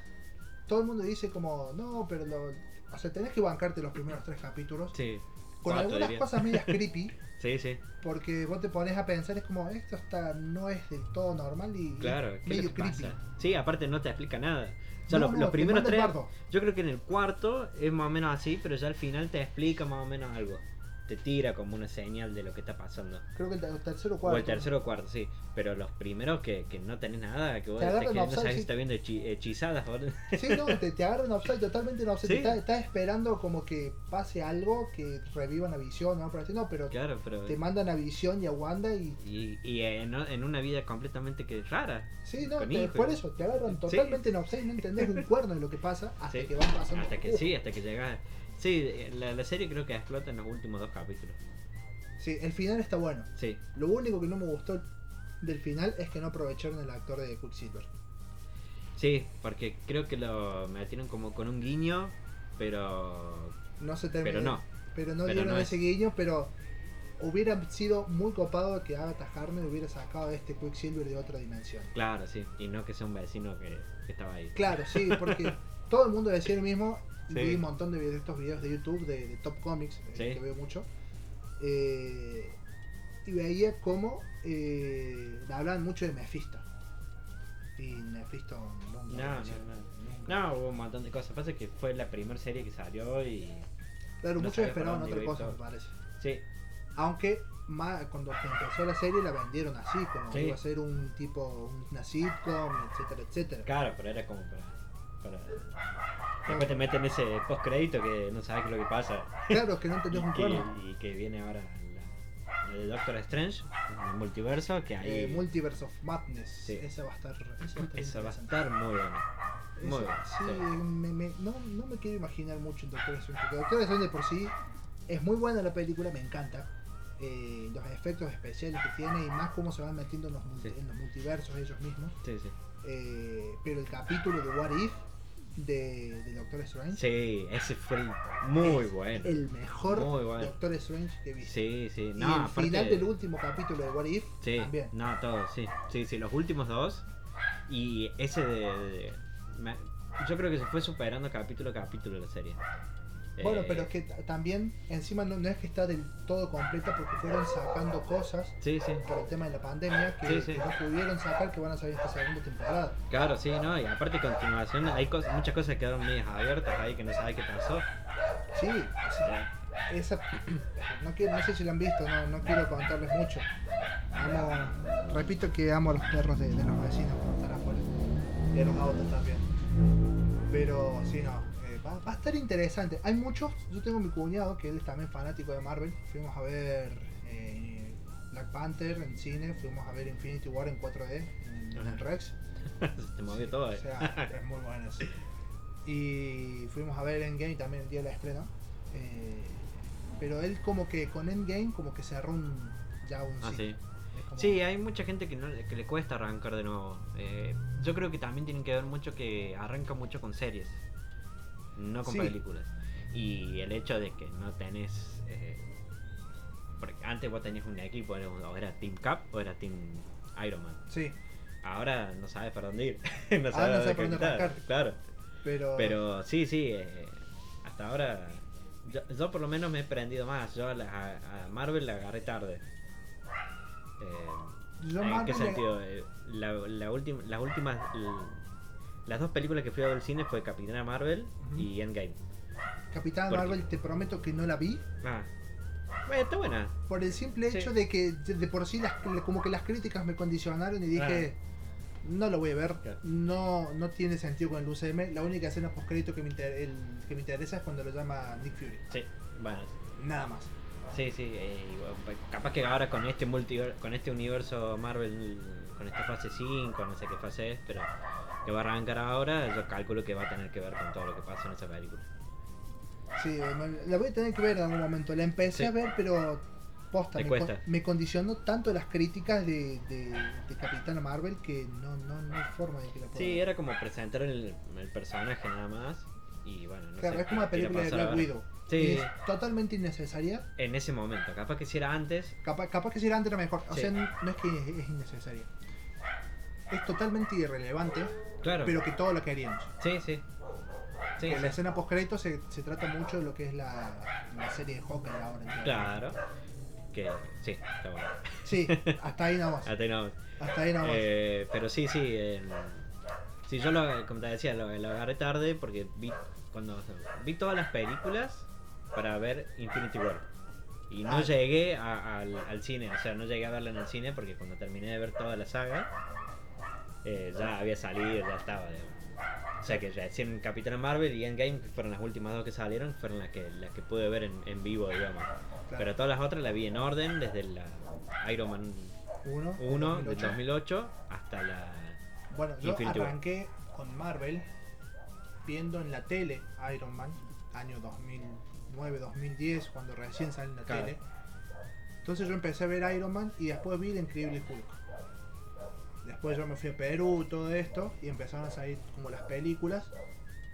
[SPEAKER 1] Todo el mundo dice como, no, pero lo- o sea, tenés que bancarte los primeros tres capítulos.
[SPEAKER 2] Sí.
[SPEAKER 1] Con
[SPEAKER 2] Cuatro,
[SPEAKER 1] algunas
[SPEAKER 2] diría.
[SPEAKER 1] cosas medias creepy.
[SPEAKER 2] Sí, sí.
[SPEAKER 1] Porque vos te pones a pensar, es como, esto está, no es del todo normal y es
[SPEAKER 2] Claro, ¿qué es lo
[SPEAKER 1] medio
[SPEAKER 2] que
[SPEAKER 1] creepy.
[SPEAKER 2] pasa? Sí, aparte no te explica nada. O sea, lo-
[SPEAKER 1] No, no,
[SPEAKER 2] los
[SPEAKER 1] te
[SPEAKER 2] primeros
[SPEAKER 1] manda el
[SPEAKER 2] tres.
[SPEAKER 1] bardo.
[SPEAKER 2] Yo creo que en el cuarto es más o menos así, pero ya al final te explica más o menos algo. Te tira como una señal de lo que está pasando.
[SPEAKER 1] Creo que el, tercero tercero o
[SPEAKER 2] O
[SPEAKER 1] cuarto.
[SPEAKER 2] el tercero o cuarto, sí. Pero los primeros que, que no tenés nada, que vos
[SPEAKER 1] Te
[SPEAKER 2] estás
[SPEAKER 1] agarran
[SPEAKER 2] queriendo
[SPEAKER 1] offside,
[SPEAKER 2] saber
[SPEAKER 1] sí.
[SPEAKER 2] si está viendo hechi- hechizadas. boludo.
[SPEAKER 1] Sí, no, te, te agarra un offside, totalmente un offside.
[SPEAKER 2] Sí.
[SPEAKER 1] Te Estás estás esperando como que pase algo, que reviva una visión, ¿no? Pero, así, no, pero
[SPEAKER 2] Claro, eh. pero.
[SPEAKER 1] te mandan a visión y a Wanda y...
[SPEAKER 2] Y, y en, en una vida completamente que rara.
[SPEAKER 1] Sí, no,
[SPEAKER 2] Con
[SPEAKER 1] te-
[SPEAKER 2] hijos.
[SPEAKER 1] por eso, te agarran
[SPEAKER 2] Sí.
[SPEAKER 1] totalmente en offside, no entendés un cuerno de lo que pasa hasta
[SPEAKER 2] Sí.
[SPEAKER 1] que van pasando.
[SPEAKER 2] Hasta que
[SPEAKER 1] Uh,
[SPEAKER 2] sí, hasta que llegas. Sí, la, la serie creo que explota en los últimos dos capítulos.
[SPEAKER 1] Sí, el final está bueno.
[SPEAKER 2] Sí.
[SPEAKER 1] Lo único que no me gustó del final es que no aprovecharon el actor de Quicksilver.
[SPEAKER 2] Sí, porque creo que lo metieron como con un guiño, pero.
[SPEAKER 1] No se terminó.
[SPEAKER 2] Pero no.
[SPEAKER 1] pero no
[SPEAKER 2] Pero
[SPEAKER 1] dieron
[SPEAKER 2] no
[SPEAKER 1] ese
[SPEAKER 2] es.
[SPEAKER 1] guiño, pero hubiera sido muy copado que Agatha Harkness hubiera sacado a este Quicksilver de otra dimensión.
[SPEAKER 2] Claro, sí. Y no que sea un vecino que, que estaba ahí.
[SPEAKER 1] Claro, sí, porque todo el mundo decía lo mismo.
[SPEAKER 2] Sí.
[SPEAKER 1] Vi un montón de, de estos videos de YouTube de, de Top Comics, eh,
[SPEAKER 2] Sí.
[SPEAKER 1] que veo mucho. eh, y veía cómo eh, hablaban mucho de Mephisto. Y Mephisto nunca.
[SPEAKER 3] No,
[SPEAKER 1] apareció,
[SPEAKER 3] no,
[SPEAKER 1] nunca.
[SPEAKER 3] No, hubo un montón de cosas. Pasa que fue la primera serie que salió y.
[SPEAKER 1] Claro,
[SPEAKER 3] no
[SPEAKER 1] muchos
[SPEAKER 3] sabía
[SPEAKER 1] esperaban
[SPEAKER 3] para dónde
[SPEAKER 1] otra
[SPEAKER 3] iba
[SPEAKER 1] cosa, me
[SPEAKER 3] esto.
[SPEAKER 1] parece.
[SPEAKER 3] Sí,
[SPEAKER 1] Aunque ma- cuando se empezó la serie la vendieron así, como
[SPEAKER 3] Sí.
[SPEAKER 1] iba a ser un tipo, una sitcom, etcétera, etcétera.
[SPEAKER 3] claro, pero era como para. para... Después te meten ese postcrédito que no sabes qué es lo que pasa.
[SPEAKER 1] Claro, que no
[SPEAKER 3] Y
[SPEAKER 1] entendías un
[SPEAKER 3] que,
[SPEAKER 1] cuerno.
[SPEAKER 3] y que viene ahora la, la de Doctor Strange, el multiverso, que ahí.
[SPEAKER 1] Eh, Multiverse of Madness,
[SPEAKER 3] Sí.
[SPEAKER 1] esa va a estar. Esa va a estar,
[SPEAKER 3] Eso va a
[SPEAKER 1] interesante.
[SPEAKER 3] estar muy bueno. muy
[SPEAKER 1] Eso-
[SPEAKER 3] bueno,
[SPEAKER 1] Sí,
[SPEAKER 3] sí.
[SPEAKER 1] me- me- no, no me quiero imaginar mucho en Doctor Strange. porque Doctor Strange de por sí es muy buena la película, me encanta. Eh, los efectos especiales que tiene y más cómo se van metiendo en los, multi-
[SPEAKER 3] Sí.
[SPEAKER 1] en los multiversos ellos mismos.
[SPEAKER 3] Sí, sí.
[SPEAKER 1] Eh, pero el capítulo de What If de, de Doctor Strange
[SPEAKER 3] Sí, ese fue el- muy bueno.
[SPEAKER 1] el mejor
[SPEAKER 3] Muy bueno.
[SPEAKER 1] Doctor Strange que he visto.
[SPEAKER 3] Sí, sí.
[SPEAKER 1] Y
[SPEAKER 3] No,
[SPEAKER 1] el
[SPEAKER 3] aparte-
[SPEAKER 1] final del último capítulo de What If
[SPEAKER 2] Sí,
[SPEAKER 1] también.
[SPEAKER 2] no, todos, sí. Sí, sí, los últimos dos. Y ese de. de- me- yo creo que se fue superando capítulo a capítulo la serie.
[SPEAKER 1] Bueno,
[SPEAKER 2] Eh,
[SPEAKER 1] pero es que t- también, encima no, no es que está del todo completa porque fueron sacando cosas
[SPEAKER 2] Sí, sí.
[SPEAKER 1] por el tema de la pandemia que,
[SPEAKER 2] Sí, sí.
[SPEAKER 1] que no pudieron sacar que van a salir esta segunda temporada.
[SPEAKER 2] Claro, sí, ¿no? Y aparte, continuación, hay cos- muchas cosas que quedaron medias abiertas ahí que no sabes qué pasó.
[SPEAKER 1] Sí, es-
[SPEAKER 2] Eh,
[SPEAKER 1] esa, no, quiero, no sé si la han visto, no, no quiero contarles mucho. Amo- repito que amo a los perros de, de los vecinos cuando están afuera. Y a los autos también. Pero sí, no. eh, va, va a estar interesante. Hay muchos. Yo tengo mi cuñado, que él es también fanático de Marvel. Fuimos a ver eh, Black Panther en cine. Fuimos a ver Infinity War en 4D en, en el Rex.
[SPEAKER 2] se te movió todo. eh.
[SPEAKER 1] O sea, es muy bueno sí. Y fuimos a ver Endgame también el día de la estreno. Eh, pero él como que con Endgame como que cerró un, ya un
[SPEAKER 2] Ah, sí.
[SPEAKER 1] ciclo. Es como-
[SPEAKER 2] Sí, hay mucha gente que, no, que le cuesta arrancar de nuevo. Eh, yo creo que también tienen que ver mucho que arranca mucho con series, no con
[SPEAKER 1] Sí.
[SPEAKER 2] películas. Y el hecho de que no tenés... eh, porque antes vos tenías un equipo, era, o era Team Cap o era Team Iron Man.
[SPEAKER 1] Sí,
[SPEAKER 2] Ahora no sabes para dónde ir. no sabes
[SPEAKER 1] Ahora Ah, no
[SPEAKER 2] dónde
[SPEAKER 1] sabes por dónde
[SPEAKER 2] caminar,
[SPEAKER 1] arrancar.
[SPEAKER 2] Claro.
[SPEAKER 1] pero,
[SPEAKER 2] Pero sí, sí, eh, hasta ahora... Yo, yo por lo menos me he prendido más. Yo a, la- a- a Marvel la agarré tarde. Eh,
[SPEAKER 1] yo
[SPEAKER 2] ¿En
[SPEAKER 1] Marvel
[SPEAKER 2] qué
[SPEAKER 1] le-
[SPEAKER 2] sentido? Eh, La, la última, las últimas. l- Las dos películas que fui a ver al cine fue Capitana Marvel
[SPEAKER 1] Ujú.
[SPEAKER 2] y Endgame.
[SPEAKER 1] Capitán
[SPEAKER 2] ¿Por qué?
[SPEAKER 1] Marvel te prometo que no la vi.
[SPEAKER 2] Ah. Bueno, está buena.
[SPEAKER 1] Por el simple
[SPEAKER 2] Sí.
[SPEAKER 1] hecho de que de, de por sí las, como que las críticas me condicionaron y dije... No lo voy a ver,
[SPEAKER 2] Claro.
[SPEAKER 1] no, no tiene sentido con el UCM. La única escena post que me, inter- el- que me interesa es cuando lo llama Nick Fury.
[SPEAKER 2] Sí, bueno.
[SPEAKER 1] Nada más.
[SPEAKER 2] Sí, sí. eh, y bueno, pues, capaz que ahora con este multiver- con este universo Marvel, con esta fase 5, no sé qué fase es, pero que va a arrancar ahora, yo calculo que va a tener que ver con todo lo que pasa en esa película.
[SPEAKER 1] Sí, me- la voy a tener que ver en algún momento. La empecé
[SPEAKER 2] Sí.
[SPEAKER 1] a ver, pero posta,
[SPEAKER 2] Te
[SPEAKER 1] me,
[SPEAKER 2] cuesta.
[SPEAKER 1] con- me condicionó tanto las críticas de, de, de Capitana Marvel que no, no, no hay forma de que la pueda
[SPEAKER 2] Sí,
[SPEAKER 1] ver.
[SPEAKER 2] era como presentar el, el personaje nada más. Y bueno, no
[SPEAKER 1] Claro,
[SPEAKER 2] sé
[SPEAKER 1] es como la
[SPEAKER 2] qué le
[SPEAKER 1] película de
[SPEAKER 2] pasó
[SPEAKER 1] Black
[SPEAKER 2] ahora.
[SPEAKER 1] Widow.
[SPEAKER 2] Sí.
[SPEAKER 1] Y es totalmente innecesaria.
[SPEAKER 2] En ese momento, capaz que si era antes,
[SPEAKER 1] Capaz, capaz que si era antes era mejor. O
[SPEAKER 2] Sí.
[SPEAKER 1] sea, no no es que es, es innecesaria. Es totalmente irrelevante,
[SPEAKER 2] claro.
[SPEAKER 1] pero que todo lo queríamos.
[SPEAKER 2] Sí, sí. Sí,
[SPEAKER 1] Que
[SPEAKER 2] sí.
[SPEAKER 1] la escena post crédito se, se trata mucho de lo que es la, la serie de Hawkeye ahora. entonces.
[SPEAKER 2] Claro. Que sí, está bueno.
[SPEAKER 1] Sí, hasta ahí nada más.
[SPEAKER 2] Ah, tenemos.
[SPEAKER 1] Hasta ahí nada más.
[SPEAKER 2] Eh, pero sí, sí. el- sí, yo lo, como te decía, lo, lo agarré tarde porque vi cuando vi todas las películas para ver Infinity War. Y no
[SPEAKER 1] Ah.
[SPEAKER 2] llegué a- al, al cine, o sea, no llegué a verla en el cine porque cuando terminé de ver toda la saga, eh, ya había salido, ya estaba. digamos. O sea que recién Capitán Marvel y Endgame, que fueron las últimas dos que salieron, fueron las que, las que pude ver en, en vivo, digamos.
[SPEAKER 1] Claro.
[SPEAKER 2] Pero todas las otras las vi en orden, desde la Iron Man
[SPEAKER 1] Uno,
[SPEAKER 2] 1 del
[SPEAKER 1] 2008.
[SPEAKER 2] 2008 hasta la...
[SPEAKER 1] Bueno, yo
[SPEAKER 2] Infinity War.
[SPEAKER 1] arranqué con Marvel viendo en la tele Iron Man, año 2009, 2010, cuando recién salió en la
[SPEAKER 2] Claro.
[SPEAKER 1] tele. Entonces yo empecé a ver Iron Man y después vi el Increíble Hulk. Después yo me fui a Perú, todo esto, y empezaron a salir como las películas.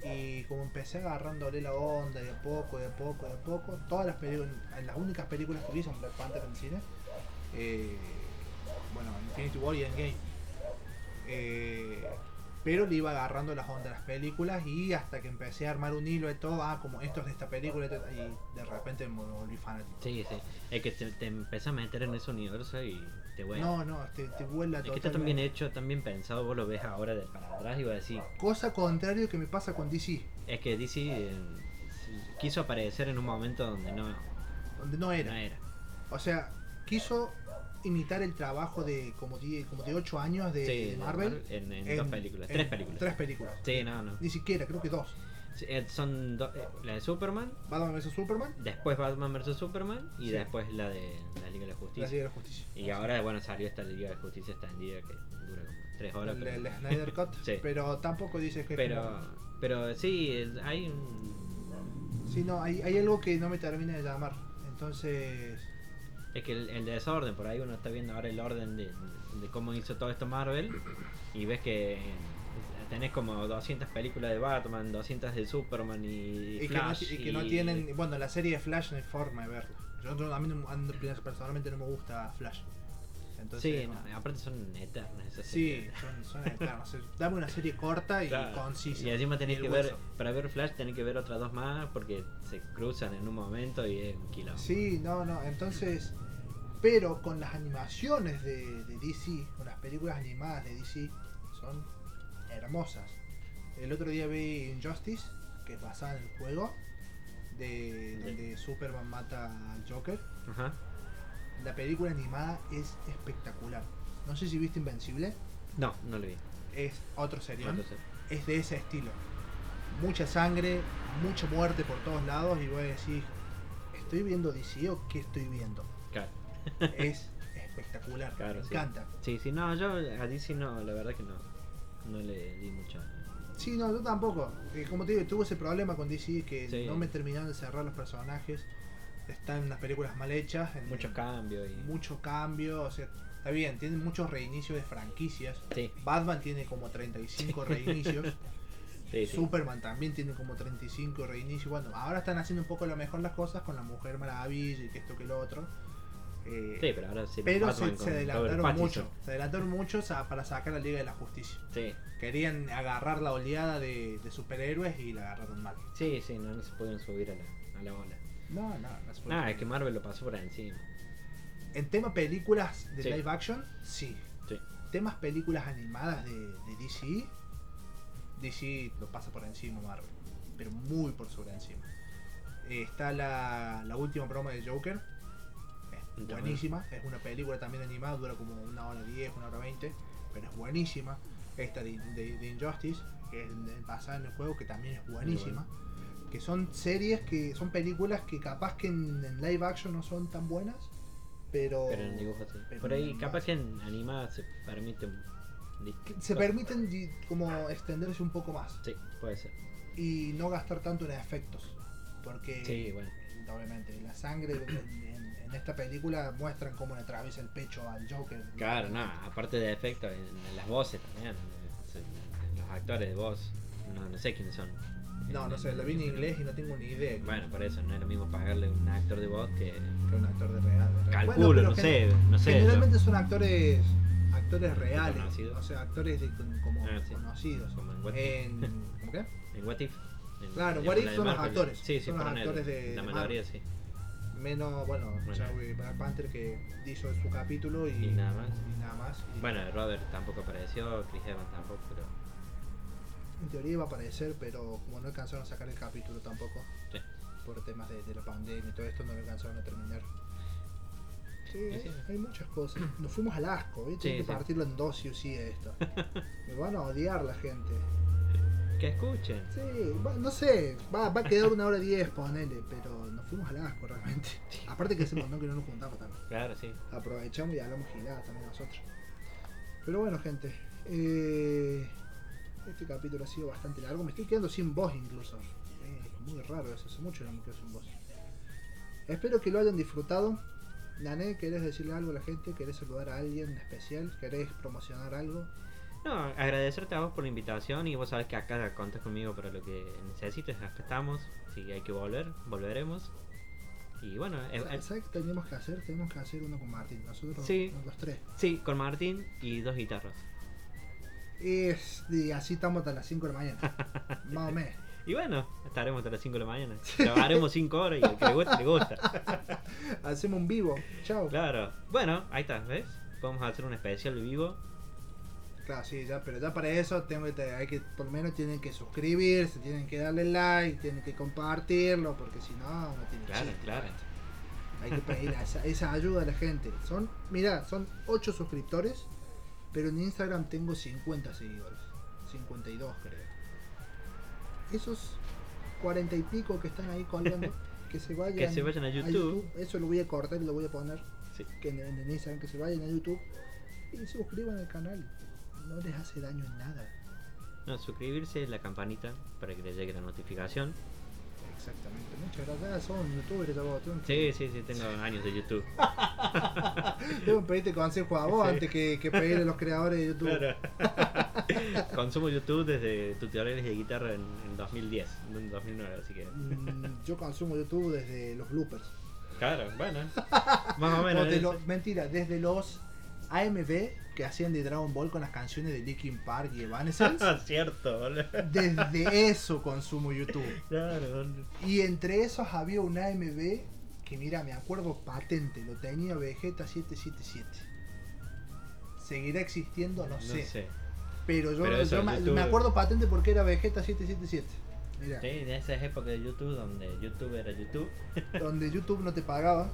[SPEAKER 1] Y como empecé agarrándole la onda de a poco, de a poco, de a poco, todas las películas, las únicas películas que vi son Black Panther en cine. eh, bueno, Infinity War y Endgame. Eh, Pero le iba agarrando las ondas a las películas y hasta que empecé a armar un hilo de todo, ah, como esto es de esta película, esto- y de repente me volví fanático.
[SPEAKER 2] Sí, sí. Es que te, te empiezas a meter en ese universo y te vuelve.
[SPEAKER 1] No, no, te, te vuela
[SPEAKER 2] es
[SPEAKER 1] todo.
[SPEAKER 2] que está tan bien hecho, tan bien pensado, vos lo ves ahora de para atrás y vas a decir,
[SPEAKER 1] Cosa contrario que me pasa con DC,
[SPEAKER 2] es que DC eh, quiso aparecer en un momento donde no, no
[SPEAKER 1] donde no era.
[SPEAKER 2] era.
[SPEAKER 1] O sea, quiso imitar el trabajo de como de, como de 8 años de,
[SPEAKER 2] Sí,
[SPEAKER 1] de Marvel.
[SPEAKER 2] en, en
[SPEAKER 1] en-
[SPEAKER 2] dos películas,
[SPEAKER 1] en
[SPEAKER 2] tres películas.
[SPEAKER 1] Tres películas.
[SPEAKER 2] Sí, no, no.
[SPEAKER 1] Ni siquiera, creo que dos.
[SPEAKER 2] Sí, eh, Son do- eh, la de Superman,
[SPEAKER 1] Batman vs Superman,
[SPEAKER 2] después Batman vs Superman y
[SPEAKER 1] Sí.
[SPEAKER 2] después la de la Liga de
[SPEAKER 1] la
[SPEAKER 2] la Justicia.
[SPEAKER 1] Liga de la Justicia.
[SPEAKER 2] Y ahora, bueno, salió esta Liga de Justicia extendida que dura como tres horas.
[SPEAKER 1] El,
[SPEAKER 2] pero-
[SPEAKER 1] el Snyder Cut.
[SPEAKER 2] Sí.
[SPEAKER 1] Pero tampoco dices que. es
[SPEAKER 2] Pero, pero sí, es- hay un...
[SPEAKER 1] como- Sí, no, hay, hay algo que no me termina de llamar. Entonces.
[SPEAKER 2] Es que el, el desorden, por ahí uno está viendo ahora el orden de, de cómo hizo todo esto Marvel y ves que eh, tenés como 200 películas de Batman, 200 de Superman y,
[SPEAKER 1] Y que, no,
[SPEAKER 2] Flash.
[SPEAKER 1] y que no tienen. Bueno, la serie de Flash no hay forma de verla. Yo no- a mí no- a mí personalmente no me gusta Flash. Entonces,
[SPEAKER 2] Sí,
[SPEAKER 1] bueno.
[SPEAKER 2] no, aparte son eternas esas
[SPEAKER 1] Sí,
[SPEAKER 2] series.
[SPEAKER 1] son, son eternos. Dame una serie corta y
[SPEAKER 2] Claro.
[SPEAKER 1] concisa.
[SPEAKER 2] Y encima tenés
[SPEAKER 1] Y el
[SPEAKER 2] que ver,
[SPEAKER 1] hueso.
[SPEAKER 2] para ver Flash tenés que ver otras dos más porque se cruzan en un momento y es un kilo.
[SPEAKER 1] Sí, no, no. Entonces, pero con las animaciones de, de DC, con las películas animadas de DC, son hermosas. El otro día vi Injustice, que es basada en el juego, de donde Superman mata al Joker.
[SPEAKER 2] Ajá.
[SPEAKER 1] La película animada es espectacular. No sé si viste Invencible,
[SPEAKER 2] No, no lo vi.
[SPEAKER 1] es otro serión.
[SPEAKER 2] Entonces,
[SPEAKER 1] es de ese estilo. Mucha sangre, mucha muerte por todos lados y voy a decir, ¿estoy viendo DC o qué estoy viendo?
[SPEAKER 2] claro.
[SPEAKER 1] Es espectacular,
[SPEAKER 2] Claro,
[SPEAKER 1] me
[SPEAKER 2] sí.
[SPEAKER 1] encanta.
[SPEAKER 2] Sí, sí, no, yo a DC no, la verdad que no. No le di mucha.
[SPEAKER 1] Sí, no, yo tampoco. Eh, como te digo, tuve ese problema con DC que
[SPEAKER 2] Sí.
[SPEAKER 1] no me terminaron de cerrar los personajes. Están las películas mal hechas, en-
[SPEAKER 2] Muchos cambios y.
[SPEAKER 1] mucho cambio, o sea, está bien, tienen muchos reinicios de franquicias.
[SPEAKER 2] Sí,
[SPEAKER 1] Batman tiene como 35 reinicios.
[SPEAKER 2] sí, sí.
[SPEAKER 1] Superman también tiene como 35 reinicio. Bueno, ahora están haciendo un poco lo mejor las cosas con la Mujer Maravilla y que esto que lo otro. Eh,
[SPEAKER 2] Sí, pero ahora sí.
[SPEAKER 1] pero
[SPEAKER 2] Batman
[SPEAKER 1] se, se
[SPEAKER 2] con
[SPEAKER 1] adelantaron
[SPEAKER 2] Robert
[SPEAKER 1] mucho.
[SPEAKER 2] Pattinson.
[SPEAKER 1] Se adelantaron mucho sa- para sacar la Liga de la Justicia.
[SPEAKER 2] Sí,
[SPEAKER 1] Querían agarrar la oleada de, de superhéroes y la agarraron mal.
[SPEAKER 2] sí, sí, no, no se pudieron subir a la, a la ola.
[SPEAKER 1] No, no, no se puede.
[SPEAKER 2] Ah, es que Marvel lo pasó por encima.
[SPEAKER 1] En tema películas de
[SPEAKER 2] Sí.
[SPEAKER 1] live action, sí.
[SPEAKER 2] Sí.
[SPEAKER 1] Temas películas animadas de, de DC, DC lo pasa por encima Marvel, pero muy por sobre encima. Eh, está la, la última broma de Joker, es
[SPEAKER 2] Está
[SPEAKER 1] buenísima, es una película también animada, dura como una hora diez, una hora veinte, pero es buenísima. Esta de, de- de Injustice, que es de- basada en el juego, que también es buenísima. Que son series que son películas que capaz que en, en live action no son tan buenas, pero,
[SPEAKER 2] Pero en dibujos sí.
[SPEAKER 1] pero
[SPEAKER 2] Por ahí,
[SPEAKER 1] en animadas.
[SPEAKER 2] capaz que en animada se permite un.
[SPEAKER 1] se permiten Eh. di- como extenderse un poco más
[SPEAKER 2] Sí, puede ser.
[SPEAKER 1] y no gastar tanto en efectos, porque
[SPEAKER 2] Sí, bueno.
[SPEAKER 1] obviamente la sangre en, en- en esta película muestran cómo le atraviesa el pecho al Joker.
[SPEAKER 2] Claro, no, aparte de efectos, en, en las voces también. en- en Los actores de voz. No, no sé quiénes son.
[SPEAKER 1] No, no sé, lo vi en inglés y no tengo ni idea. que-
[SPEAKER 2] Bueno, por eso no es lo mismo pagarle a un actor de voz que
[SPEAKER 1] que un actor de real. de real.
[SPEAKER 2] calculo,
[SPEAKER 1] Bueno, pero
[SPEAKER 2] no
[SPEAKER 1] gen-
[SPEAKER 2] sé, no sé.
[SPEAKER 1] Generalmente son actores actores reales,
[SPEAKER 2] Conocidos.
[SPEAKER 1] o sea, actores de- con- como
[SPEAKER 2] Ah, sí.
[SPEAKER 1] conocidos.
[SPEAKER 2] yo- como en What,
[SPEAKER 1] En, ¿cómo qué?
[SPEAKER 2] en What If. en-
[SPEAKER 1] Claro,
[SPEAKER 2] en
[SPEAKER 1] What If
[SPEAKER 2] la de
[SPEAKER 1] son los
[SPEAKER 2] Marvel.
[SPEAKER 1] actores,
[SPEAKER 2] Sí, sí,
[SPEAKER 1] son los
[SPEAKER 2] ponen el-
[SPEAKER 1] actores de-
[SPEAKER 2] La
[SPEAKER 1] de
[SPEAKER 2] mayoría sí.
[SPEAKER 1] Menos, bueno,
[SPEAKER 2] Bueno.
[SPEAKER 1] Chadwick Black Panther que hizo su capítulo y,
[SPEAKER 2] Y nada más.
[SPEAKER 1] y nada más. Y
[SPEAKER 2] Bueno, Robert tampoco apareció, Chris Evans tampoco, pero.
[SPEAKER 1] En teoría iba a aparecer, pero como no alcanzaron a sacar el capítulo tampoco,
[SPEAKER 2] Sí.
[SPEAKER 1] por temas de, de la pandemia y todo esto, no lo alcanzaron a terminar. Sí,
[SPEAKER 2] Sí,
[SPEAKER 1] hay,
[SPEAKER 2] sí.
[SPEAKER 1] hay muchas cosas. Nos fuimos al asco, ¿viste?
[SPEAKER 2] Sí,
[SPEAKER 1] Hay que
[SPEAKER 2] sí.
[SPEAKER 1] partirlo en dos sí o sí a esto. Me van a odiar la gente.
[SPEAKER 2] Que escuchen.
[SPEAKER 1] Sí, va- no sé, va, va a quedar una hora diez, ponele, pero nos fuimos al asco realmente. Aparte que ese montón que no nos juntamos también.
[SPEAKER 2] Claro, sí.
[SPEAKER 1] aprovechamos y hablamos giladas también nosotros. Pero bueno, gente, eh, este capítulo ha sido bastante largo. Me estoy quedando sin voz incluso. Eh, Es muy raro eso, hace mucho que no me quedo sin voz. Espero que lo hayan disfrutado. Nané, ¿querés decirle algo a la gente? ¿Querés saludar a alguien en especial? ¿Querés promocionar algo?
[SPEAKER 2] No, agradecerte a vos por la invitación y vos sabés que acá contás conmigo para lo que necesites. Acá estamos. Si hay que volver, volveremos. Y bueno, eh, eh,
[SPEAKER 1] ¿Sabes qué tenemos que hacer? Tenemos que hacer uno con Martín, nosotros
[SPEAKER 2] Sí.
[SPEAKER 1] los tres.
[SPEAKER 2] sí, con Martín y dos guitarras.
[SPEAKER 1] Es, y así estamos hasta las 5 de la mañana. Más o menos.
[SPEAKER 2] Y bueno, estaremos hasta las 5 de la mañana. Trabajaremos 5 horas y al que le gusta, le gusta.
[SPEAKER 1] Hacemos un vivo. Chao. Claro.
[SPEAKER 2] Claro. Bueno, ahí está, ¿ves? Vamos a hacer un especial vivo.
[SPEAKER 1] sí, ya, pero ya para eso tengo que, te- hay que, por lo menos tienen que suscribirse, tienen que darle like, tienen que compartirlo, porque si no, no tiene
[SPEAKER 2] Claro,
[SPEAKER 1] chiste,
[SPEAKER 2] claro.
[SPEAKER 1] macho. Hay que pedir esa, esa ayuda a la gente. Son, mira, son 8 suscriptores, pero en Instagram tengo 50 seguidores. 52 creo. Esos 40 y pico que están ahí colgando, que se vayan,
[SPEAKER 2] Que se vayan a YouTube.
[SPEAKER 1] Eso lo voy a cortar y lo voy a poner
[SPEAKER 2] Sí.
[SPEAKER 1] que en, en Instagram, que se vayan a YouTube y se suscriban al canal. No les hace daño en nada.
[SPEAKER 2] No, suscribirse, la campanita para que les llegue la notificación.
[SPEAKER 1] Exactamente. Muchas gracias. Ah, Son youtubers, ya vos. Tengo
[SPEAKER 2] Sí, sí, sí, tengo años de YouTube.
[SPEAKER 1] que pedirte consejo a vos antes que, que pedirle a los creadores de YouTube.
[SPEAKER 2] Claro. Consumo YouTube desde tutoriales de guitarra en, en 2010, en 2009, así que.
[SPEAKER 1] Mm, Yo consumo YouTube desde los bloopers.
[SPEAKER 2] Claro, bueno. Más o menos.
[SPEAKER 1] No, de
[SPEAKER 2] ¿eh?
[SPEAKER 1] lo- mentira, desde los AMV que hacían de Dragon Ball con las canciones de Linkin Park y Evanescence.
[SPEAKER 2] Ah, cierto, boludo.
[SPEAKER 1] Desde eso consumo YouTube.
[SPEAKER 2] Claro, boludo.
[SPEAKER 1] Y entre esos había un AMB que, mira, me acuerdo patente, lo tenía Vegeta 777. ¿Seguirá existiendo? No,
[SPEAKER 2] No
[SPEAKER 1] sé.
[SPEAKER 2] sé.
[SPEAKER 1] Pero yo,
[SPEAKER 2] Pero eso
[SPEAKER 1] yo
[SPEAKER 2] en
[SPEAKER 1] me,
[SPEAKER 2] YouTube-
[SPEAKER 1] me acuerdo patente porque era Vegeta 777. Mira,
[SPEAKER 2] Sí, de esas épocas de YouTube donde YouTube era YouTube.
[SPEAKER 1] donde YouTube no te pagaba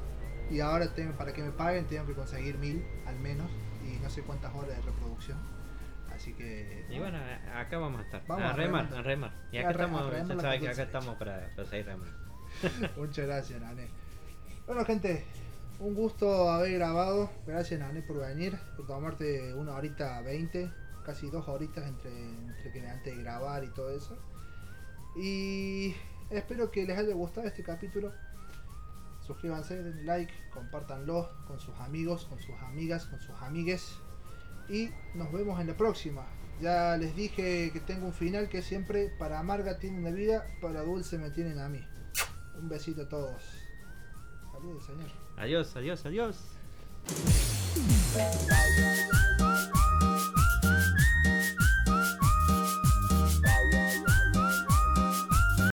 [SPEAKER 1] y ahora tengo- para que me paguen tengo que conseguir mil al menos y no sé cuántas horas de reproducción. Así que...
[SPEAKER 2] Y bueno, a- acá vamos a estar.
[SPEAKER 1] Vamos
[SPEAKER 2] a,
[SPEAKER 1] a
[SPEAKER 2] remar,
[SPEAKER 1] remar.
[SPEAKER 2] a remar. Y
[SPEAKER 1] A
[SPEAKER 2] acá
[SPEAKER 1] re- a
[SPEAKER 2] estamos,
[SPEAKER 1] remar
[SPEAKER 2] ya
[SPEAKER 1] la
[SPEAKER 2] sabes
[SPEAKER 1] canción
[SPEAKER 2] que acá
[SPEAKER 1] se echa.
[SPEAKER 2] estamos para, para seguir remando.
[SPEAKER 1] Muchas gracias, Nané. Bueno, gente, un gusto haber grabado. Gracias, Nané, por venir, por tomarte una horita 20, casi dos horitas entre, entre que antes de grabar y todo eso. Y espero que les haya gustado este capítulo. Suscríbanse, denle like, compártanlo con sus amigos, con sus amigas, con sus amigues. Y nos vemos en la próxima. Ya les dije que tengo un final que siempre para amarga tienen la vida, para dulce me tienen a mí. Un besito a todos. Saludos, señor.
[SPEAKER 2] Adiós, adiós, adiós.
[SPEAKER 4] Thank